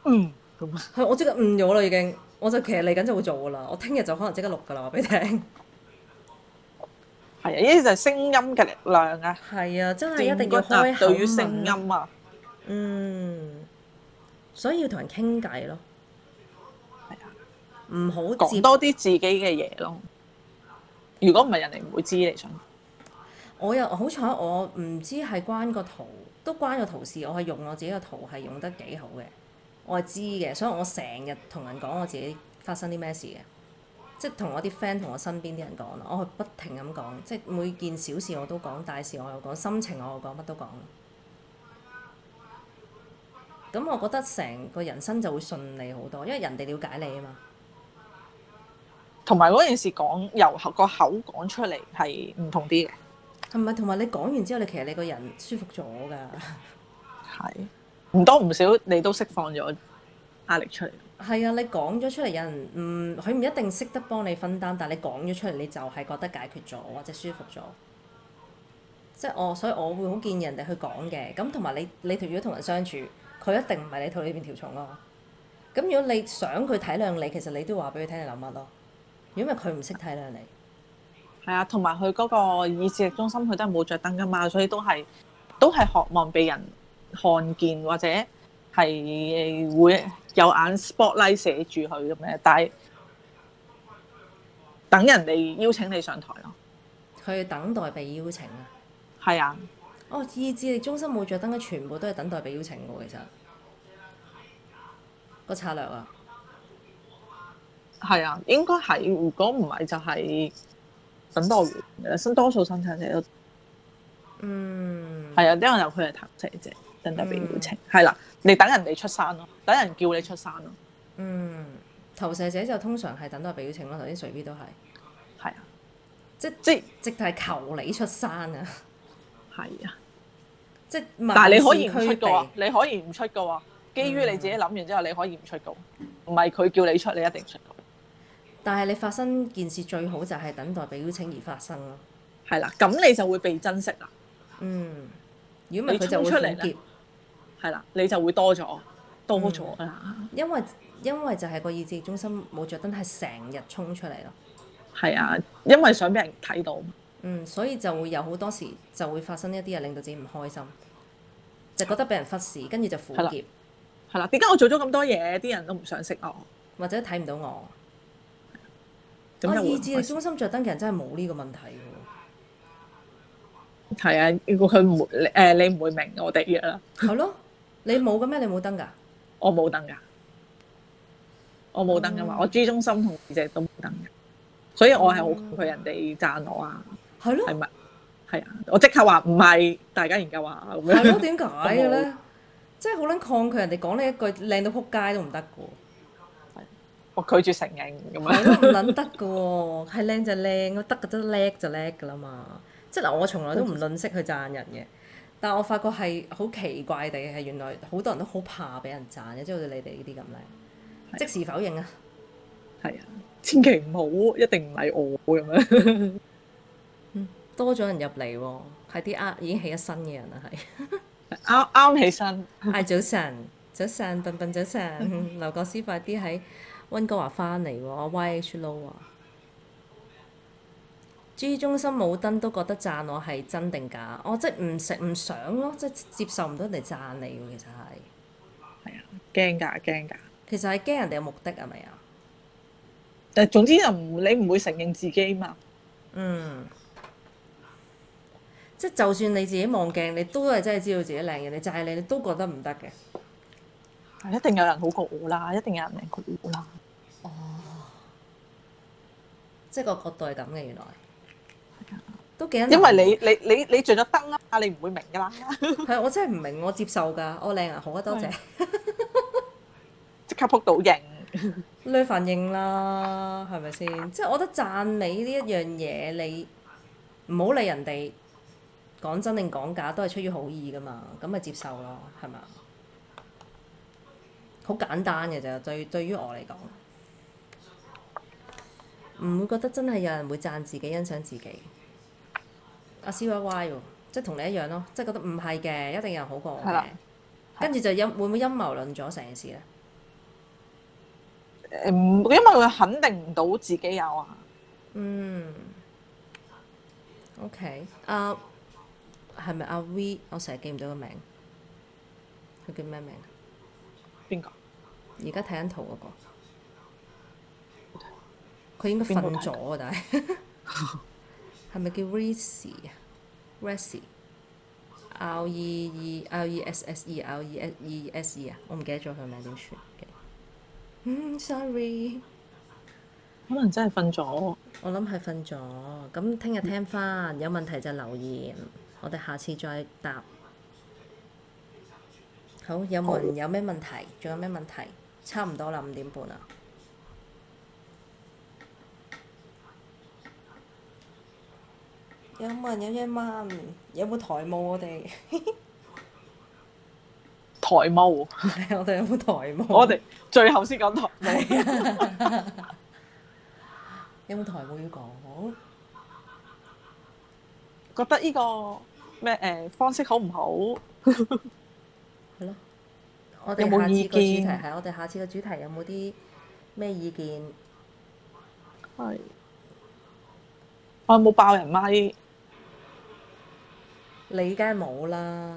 S2: 嗯，咁啊
S1: 係我即刻誤咗啦已經，我就其實嚟緊就會做噶啦，我聽日就可能即刻錄噶啦，話俾你聽。
S2: 係啊，呢啲就係聲音嘅力量啊，
S1: 係啊，真係一
S2: 正
S1: 定要開口
S2: 對於聲
S1: 問啊
S2: 音啊，
S1: 嗯，所以要同人傾偈咯。
S2: 係
S1: 啊，唔好接
S2: 講。多啲自己嘅嘢咯。如果唔係，人哋唔會知你想。
S1: 我又好彩，我唔知係關個圖，都關個圖事。我係用我自己個圖係用得幾好嘅，我係知嘅，所以我成日同人講我自己發生啲咩事嘅，即係同我啲 friend 同我身邊啲人講啦。我係不停咁講，即係每件小事我都講，大事我又講，心情我又講，乜都講。咁我覺得成個人生就會順利好多，因為人哋了解你啊嘛。
S2: 同埋嗰件事講由口個口講出嚟係唔同啲嘅，
S1: 係咪？同埋你講完之後，你其實你個人舒服咗㗎。
S2: 係唔多唔少你都釋放咗壓力出嚟。
S1: 係啊，你講咗出嚟，有人唔佢唔一定識得幫你分擔，但係你講咗出嚟，你就係覺得解決咗或者舒服咗。即係我，所以我會好建議人哋去講嘅。咁同埋你，你如果同人相處，佢一定唔係你肚裏邊條蟲咯。咁如果你想佢體諒你，其實你都要話俾佢聽你諗乜咯。如果唔係佢唔識體諒你，
S2: 係啊，同埋佢嗰個意志力中心，佢都係冇着燈噶嘛，所以都係都係渴望被人看見，或者係會有眼 spotlight 射住佢咁嘅，但係等人哋邀請你上台咯。
S1: 佢等待被邀請啊。
S2: 係啊，
S1: 哦，意志力中心冇着燈嘅全部都係等待被邀請嘅喎，其實個策略啊。
S2: 係啊，應該係。如果唔係就係等多元嘅，新多數生產者都
S1: 嗯，
S2: 係啊，因為有佢係投射者，等待被邀請。係啦、你等人哋出山咯，等人叫你出山咯。
S1: 嗯，投射者就通常係等待被邀請咯，頭先隨 B 都係，
S2: 係啊，
S1: 即
S2: 即係
S1: 直頭係求你出山啊！ (laughs)
S2: 係啊。
S1: 即係
S2: 但係
S1: 萬
S2: 你可
S1: 事
S2: 以唔出
S1: 俱
S2: 噶喎
S1: 備，，
S2: 你可以唔出噶喎。基於你自己諗完之後，你可以唔出噶喎，唔係佢叫你出，你一定出噶喎。
S1: 但係你發生件事最好就係等待被邀請而發生咯。
S2: 係啦，咁你就會被珍惜啦，
S1: 嗯，如果唔係
S2: 你
S1: 佢就會
S2: 衝出嚟
S1: 苦澀，
S2: 係啦，你就會多咗，多咗啦，
S1: 因為因為就係個意志力中心冇着燈，係成日衝出嚟咯。
S2: 係啊，因為想俾人睇到，
S1: 嗯，所以就會有好多時就會發生一啲嘢令到自己唔開心，就覺得俾人忽視，跟住就苦
S2: 係啦
S1: 澀，
S2: 係啦。點解我做咗咁多嘢，啲人都唔想識我？
S1: 或者睇唔到我。
S2: 咁
S1: 啊，
S2: 就會
S1: 意
S2: 唔
S1: 志力
S2: 開
S1: 中
S2: 心
S1: 心着燈嘅人真係冇呢個問題嘅喎。
S2: 係啊，如果佢唔誒，你唔會明我哋嘅啦。
S1: 係咯，你冇嘅咩？你冇燈㗎？
S2: 我冇燈㗎，我冇燈㗎嘛，
S1: 哦
S2: 我 G 中心同二姐都冇燈㗎，所以我係好抗拒人哋讚我啊。
S1: 係
S2: 係
S1: 咯，
S2: 咪？係啊，我即刻話唔係，大家研究下咁
S1: 係咯，
S2: 樣。
S1: 點解嘅咧？即係好撚抗拒人哋講你一句靚到撲街都唔得嘅
S2: 我拒絕承認咁
S1: 喎，係
S2: 樣。
S1: 咯，唔撚得嘅喎，係靚就靚，得嘅啫，叻就叻㗎啦嘛。即係嗱，我從來都唔吝惜去讚人嘅，但我發覺係好奇怪地係原來好多人都好怕俾人讚嘅，即係好似你哋呢啲咁咧，
S2: 係
S1: 即時否認啊！
S2: 係啊，千祈唔好，一定唔係我咁樣。
S1: 多咗人入嚟喎，係啲呃已經起咗身嘅人啦，係。
S2: (laughs) 啱啱起身，
S1: (laughs) 嗌早晨，早晨，笨笨早
S2: 嗯
S1: 晨，劉國師快啲喺温哥華翻嚟喎，我 YH low 啊！G 中心冇燈都覺得讚我係真定假，我即係唔食唔想咯，即係接受唔到人哋讚你喎，其實係，
S2: 驚㗎，驚㗎。
S1: 其實係驚人哋有目的係咪啊？
S2: 但總之就唔，你唔會承認自己嘛。
S1: 嗯，即係就算你自己望鏡，你都係真係知道自己靚嘅，你就係你，你都覺得唔得嘅。
S2: 一定有人好過我啦，一定有人靚過我啦。
S1: 即係個角度係咁嘅，原來都幾
S2: 啊因為你你你你着咗燈啊，你唔會明㗎啦。
S1: 係，啊我真係唔明，我接受㗎，我靚啊，好啊，多謝
S2: 係。即刻撲到型。
S1: 女反應啦，係咪先？即係我覺得讚美呢一樣嘢，你唔好理人哋講真定講假，都係出於好意㗎嘛，咁咪接受咯，係嘛？好簡單嘅啫，對對於我嚟講。唔會覺得真係有人會讚自己、欣賞自己。阿 C Y Y 喎，即係同你一樣咯，即係覺得唔係嘅，一定有人好過我
S2: 係
S1: 嘅
S2: 啦。
S1: 跟住就陰會唔會陰謀論咗成件事咧？
S2: 誒唔，因為佢肯定唔到自己有啊。
S1: 嗯，OK，阿係咪阿 V？我成日記唔到個名，佢叫咩名？啊
S2: 邊個？
S1: 而家睇緊圖嗰、個，佢應該
S2: 邊個
S1: 瞓
S2: 睇
S1: 咗啊！但係
S2: (laughs)
S1: 係咪叫 Resi 啊？Resi R E E R E S S E R E S E S E 啊！我唔記得咗佢名點算嘅。嗯，sorry。
S2: 可能真係瞓咗。
S1: 我諗係瞓咗，咁聽日
S2: 嗯
S1: 聽翻，有問題就留言，我哋下次再答。好，有冇人有咩問題？仲有咩問題？差唔多啦，五點半啦。有冇人有嘢問？有冇台務我哋？ (laughs)
S2: 台務，
S1: 係我哋有冇台務？
S2: 我哋最後先講台務。
S1: 係啊有冇台務要講？
S2: 覺得呢個咩誒方式好唔好？
S1: 係咯，我哋
S2: 有冇
S1: 下次
S2: 意
S1: 個主題
S2: 見
S1: 係我哋下次個主題有冇啲咩意見？
S2: 係。我有冇爆人咪？
S1: 你梗係冇啦，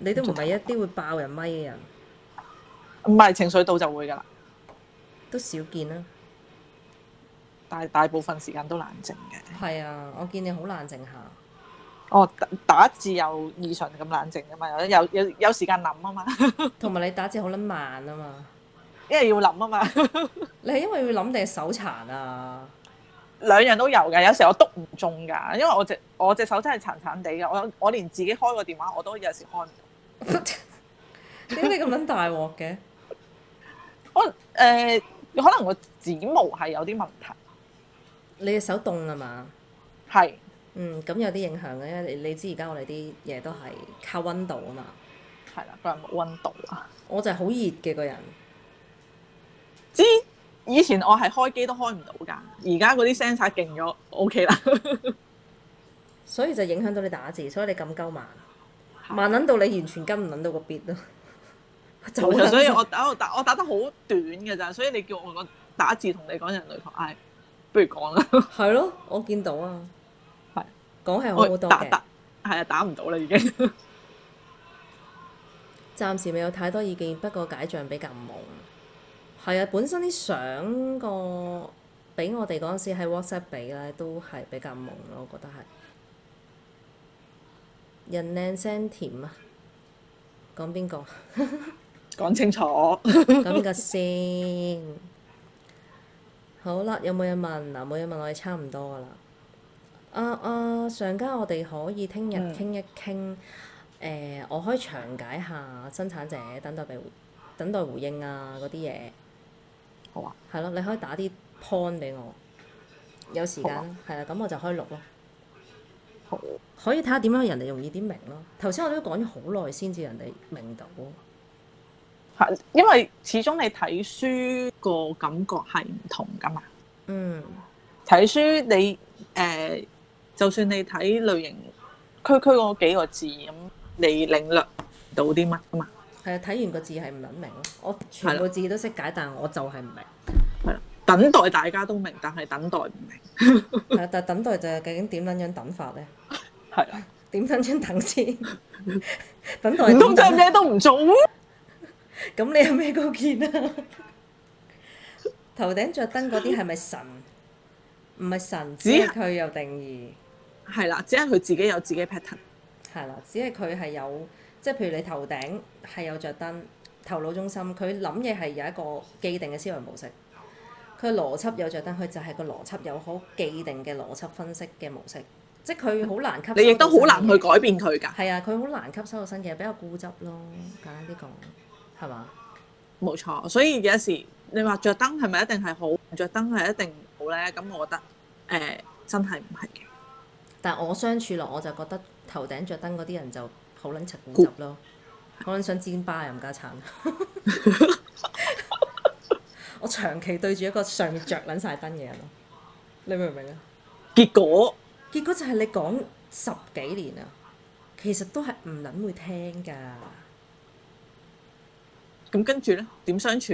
S1: 你都唔係一啲會爆人咪嘅人，
S2: 唔係情緒到就會㗎啦，
S1: 都少見啦。
S2: 但係大部分時間都冷靜嘅。
S1: 係啊，我見你好冷靜下。
S2: 哦，打打字又異常咁冷靜㗎啊嘛，有有有有時間諗啊嘛， (laughs)
S1: 同埋你打字好撚慢啊嘛，
S2: 因為要諗啊嘛， (laughs)
S1: 你係因為要諗定係手殘啊？
S2: 兩樣都有㗎。有時我篤唔中㗎，因為我隻我隻手真係殘殘地㗎，我我連自己開個電話我都有時開唔到。
S1: 點解你咁撚大鑊嘅？
S2: 可能誒、可能我指模係有啲問題，
S1: 你隻手凍啊嘛？
S2: 係
S1: 嗯，咁有啲影響嘅，因為你你知而家我哋啲嘢都係靠温度啊嘛。
S2: 係啦，個人冇温度啊。
S1: 我就係好熱嘅個人，
S2: 之以前我係開機都開唔到㗎，而家嗰啲 sensor 勁咗，OK 啦。
S1: 所以就影響到你打字，所以你咁鳩慢，慢撚到你完全跟唔撚到個 beat 咯。就
S2: 冇錯，
S1: 撚
S2: 所以我打我打我打得好短嘅咋，所以你叫我講打字同你講人類學，唉，不如講啦。
S1: 係咯，我見到啊，
S2: 係
S1: 講係好
S2: 我
S1: 好多
S2: 打
S1: 嘅
S2: 打，係啊，打唔到啦已經。 (laughs)
S1: 暫時未有太多意見，不過解像比較朦。係啊，本身啲相個俾我哋嗰陣時喺 WhatsApp 俾咧，都係比較朦咯，我覺得係。人靚聲甜啊！講邊個？
S2: 講清楚，
S1: 咁嘅先。好啦，有冇人問？嗱，冇人問，我哋差唔多噶啦。啊啊，上家我哋可以聽日
S2: 嗯
S1: 傾一傾。誒、我可以詳解下生產者等待被回等待回應啊嗰啲嘢。
S2: 好啊。
S1: 係咯，你可以打啲 point 俾我。有時間
S2: 好啊
S1: 啦，係啦、咁我就可以錄咯。
S2: 好
S1: 可以睇下點樣人哋容易啲明咯。頭先我都講咗好耐先至人哋明到。
S2: 係因為始終你睇書個感覺係唔同噶嘛。
S1: 嗯，
S2: 睇書你誒、呃就算你睇類型區區嗰幾個字咁，你領略到啲乜噶嘛？
S1: 係啊，睇完個字係唔撚明咯，我全部字都識解，但我就係唔明。 (laughs)
S2: 等待大家都明，但係等待唔明，
S1: 係啊，但等待就係究竟點撚樣等法咧？
S2: 係啦。
S1: 點撚樣等先？ (laughs) 等待
S2: 唔通
S1: 點
S2: 真係
S1: 等啊？
S2: 咩都唔做？
S1: 咁你有咩高見啊？ (laughs) 頭頂着燈嗰啲係咪神？唔係神，只
S2: 只
S1: 係
S2: 係
S1: 佢有定義。
S2: 係啦，只係佢自己有自己 pattern。
S1: 係啦，只係佢係有，即係譬如你頭頂係有着燈，頭腦中心佢諗嘢係有一個既定嘅思維模式，佢邏輯有着燈，佢就係個邏輯有好既定嘅邏輯分析嘅模式，即係佢好難吸收到
S2: 嗯你
S1: 新嘢。
S2: 亦都好難去改變佢㗎。
S1: 係啊，佢好難吸收到新嘢，比較固執咯，簡單啲講，係嘛？
S2: 冇錯，所以有時你話着燈係咪一定係好，唔着燈係一定唔好咧？咁我覺得誒、真係唔係嘅。
S1: 但我相處落我就覺得頭頂着燈嗰啲人就好撚柒固執咯，好撚想煎巴又唔加餐。我長期對住一個上面着撚晒燈嘅人咯，你明唔明啊？
S3: (laughs) 結果
S1: 結果就係你講十幾年啊，其實都係唔撚會聽㗎。
S2: 咁跟住咧點相處？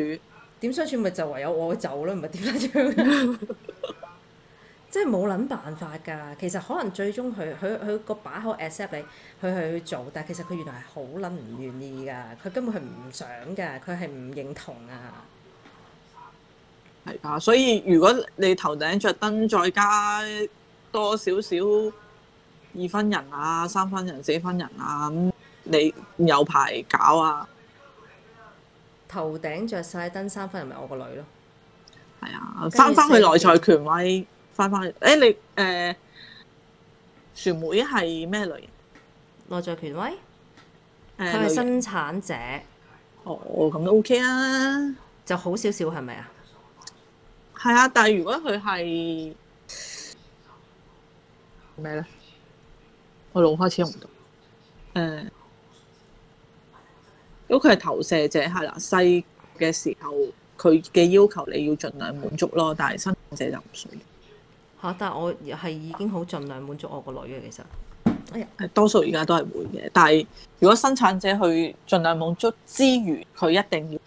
S1: 點相處咪就唯有我走啦，唔係點樣樣？ (laughs) 即係冇撚辦法㗎。其實可能最終佢佢佢個把口 accept 你，佢佢去做，但係其實佢原來係好撚唔願意㗎。佢根本係唔想㗎，佢係唔認同啊。
S2: 係啊，所以如果你頭頂着燈，再加多少少二分人啊、三分人、四分人啊，咁你有排搞啊，
S1: 頭頂着晒燈三分，咪我個女咯。
S2: 係啊，翻翻去內在權威，翻翻去，誒、你誒、船妹係咩類型？
S1: 內在權威，
S2: 誒、
S1: 佢係
S2: 類型
S1: 生產者，
S2: 哦，咁都 OK 啊，
S1: 就好少少係咪啊？
S2: 係啊，但係如果佢係咩咧？我腦開始用唔到。誒、如果佢係投射者，係啦，細嘅時候佢嘅要求你要盡量滿足咯，但係生產者就唔需要。
S1: 嚇！但係我係已經好盡量滿足我個女嘅，其實
S2: 誒，多數而家都係會嘅，但係如果生產者去盡量滿足之餘，佢一定要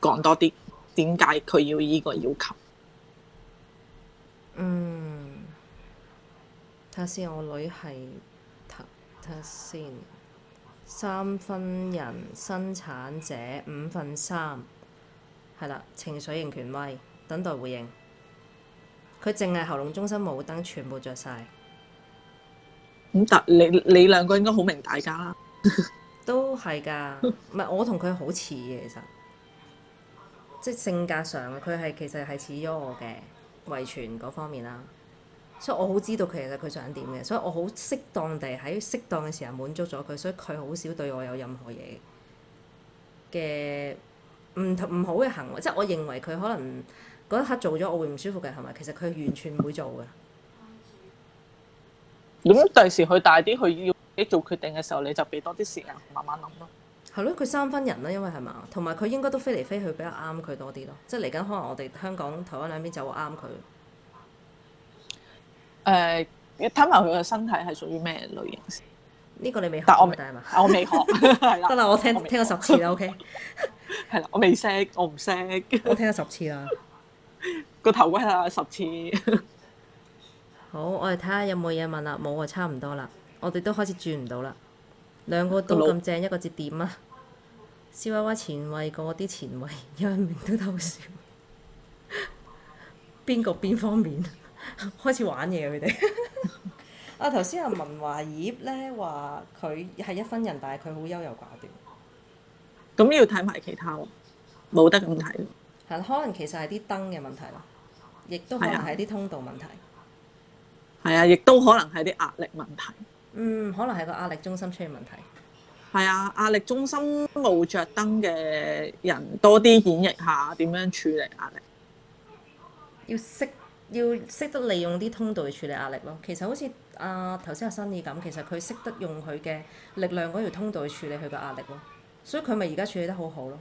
S2: 講多啲點解佢要依個要求。
S1: 嗯，睇下先，我女係睇睇下先，三分人生產者，五分三，係啦，情緒型權威，等待回應。佢淨係喉嚨中心冇燈，全部着晒，
S2: 咁但你你兩個應該好明大家啦。
S1: 都係㗎。唔係我同佢好似嘅，其實即係性格上，佢係其實係似咗我嘅遺傳嗰方面啦。所以我好知道佢其實佢想點嘅，所以我好適當地喺適當嘅時候滿足咗佢，所以佢好少對我有任何嘢嘅唔同唔好嘅行為。即係我認為佢可能嗰一刻做咗我會唔舒服嘅行為，其實佢完全唔會做嘅。
S2: 咁第時佢大啲，佢要自己做決定嘅時候，你就俾多啲時間慢慢諗咯。
S1: 係咯，佢三分人啦，因為係嘛，同埋佢應該都飛嚟飛去比較啱佢多啲咯。即係嚟緊可能我哋香港、台灣兩邊就會啱佢。
S2: 誒、你睇埋佢嘅身體係屬於咩類型先？
S1: 呢、個你未學
S2: 但我
S1: 啊
S2: 未
S1: 但係嘛？，
S2: 我
S1: (laughs)
S2: 未學， (laughs) 係啦，
S1: 得啦，我聽
S2: 我未
S1: 聽過十次啦，OK，
S2: 係啦，我未識，我唔識
S1: 我聽過十次啦。
S2: 個頭骨啊十次。
S1: 好，我哋睇下有冇嘢問啦，冇啊，差唔多啦，我哋都開始轉唔到啦，兩個都
S2: 個腦
S1: 咁正，一個字點啊？笑娃娃前衞過啲前衞，有人明都偷笑，邊個邊方面開始玩嘢啊佢哋？啊頭先阿文華葉咧話佢係一分人，但係佢好優柔寡斷。
S2: 咁要睇埋其他喎，冇得咁睇。
S1: 係啦，可能其實係啲燈嘅問題咯，亦都可
S2: 係
S1: 能
S2: 啊
S1: 係啲通道問題。
S2: 係啊，亦都可能係啲壓力問題。
S1: 嗯，可能係個壓力中心出現問題。
S2: 係啊，壓力中心冇着燈嘅人多啲演繹下點樣處理壓力。
S1: 要識要識得利用啲通道去處理壓力咯。其實好似啊頭先阿新意咁，其實佢識得用佢嘅力量嗰條通道去處理佢個壓力咯。所以佢咪而家處理得好好咯。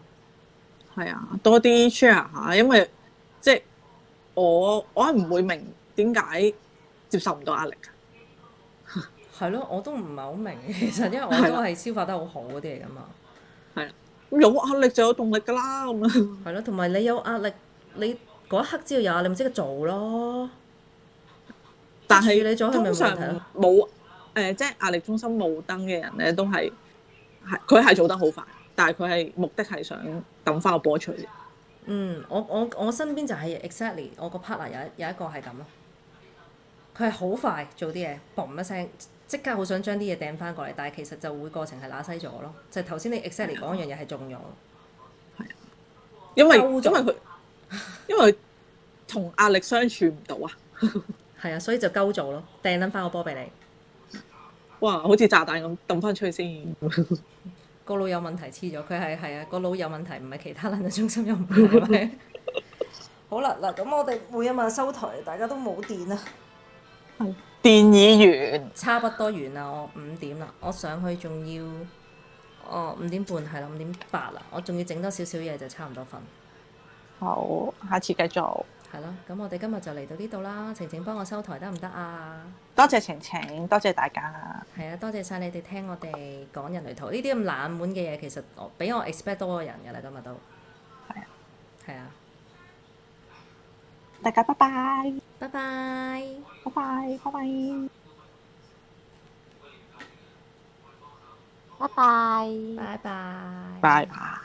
S2: 係啊，多啲 share 下，因為即係我我係唔會明點解接受唔到壓力㗎。
S1: 係咯，我都唔係好明， (laughs) 其實因為我都係消化得好好嗰啲嚟㗎嘛。
S2: 咁有壓力就有動力㗎啦，咁樣
S1: 係咯，同埋你有壓力，你嗰一刻知道有壓力，咪即刻做咯。
S2: 但
S1: 處理
S2: 係
S1: 咗佢咪
S2: 通
S1: 冇問
S2: 常
S1: 題啊咯
S2: 冇誒、即係壓力中心冇燈嘅人咧，都係係佢係做得好快，但係佢係目的係想抌翻個波出去。
S1: 嗯，我我我身邊就係 exactly 我個 partner 有一有一個係咁咯，佢係好快做啲嘢，嘣一聲，即刻好想將啲嘢掟翻過嚟，但係其實就會過程係乸西咗咯，就係頭先你 exactly 講一樣嘢係中咗，
S2: 因為因
S1: 嬲
S2: 為
S1: 咗
S2: 佢因為佢同壓力相處唔到啊，
S1: 係啊，所以就鳩做咯，掟撚翻個波俾你，
S2: 哇，好似炸彈咁抌翻出去先。
S1: 個腦有問題黐咗，佢係係啊，個腦有問題，唔係其他撚嘅中心有問題係咪？好啦，嗱咁我哋每一晚收台，大家都冇電啊啦，
S2: 電議員
S1: 差不多完啦，我五點啦，我上去仲要，哦五點半係啦，五點八啦，我仲要整多少少嘢就差唔多瞓。
S2: 好，下次繼續。
S1: 係咯，咁我哋今日就嚟到呢度啦。晴晴幫我收台得唔得啊？
S2: 多謝晴晴，多謝大家。
S1: 係啊，多謝晒你哋聽我哋講人類圖呢啲咁冷門嘅嘢，其實我比我 expect 多個人㗎啦，今日都
S2: 係啊，
S1: 係啊，
S2: 大家拜拜，
S1: 拜拜。
S2: 拜拜，拜拜。
S4: 拜拜。
S1: 拜拜。
S2: 拜拜。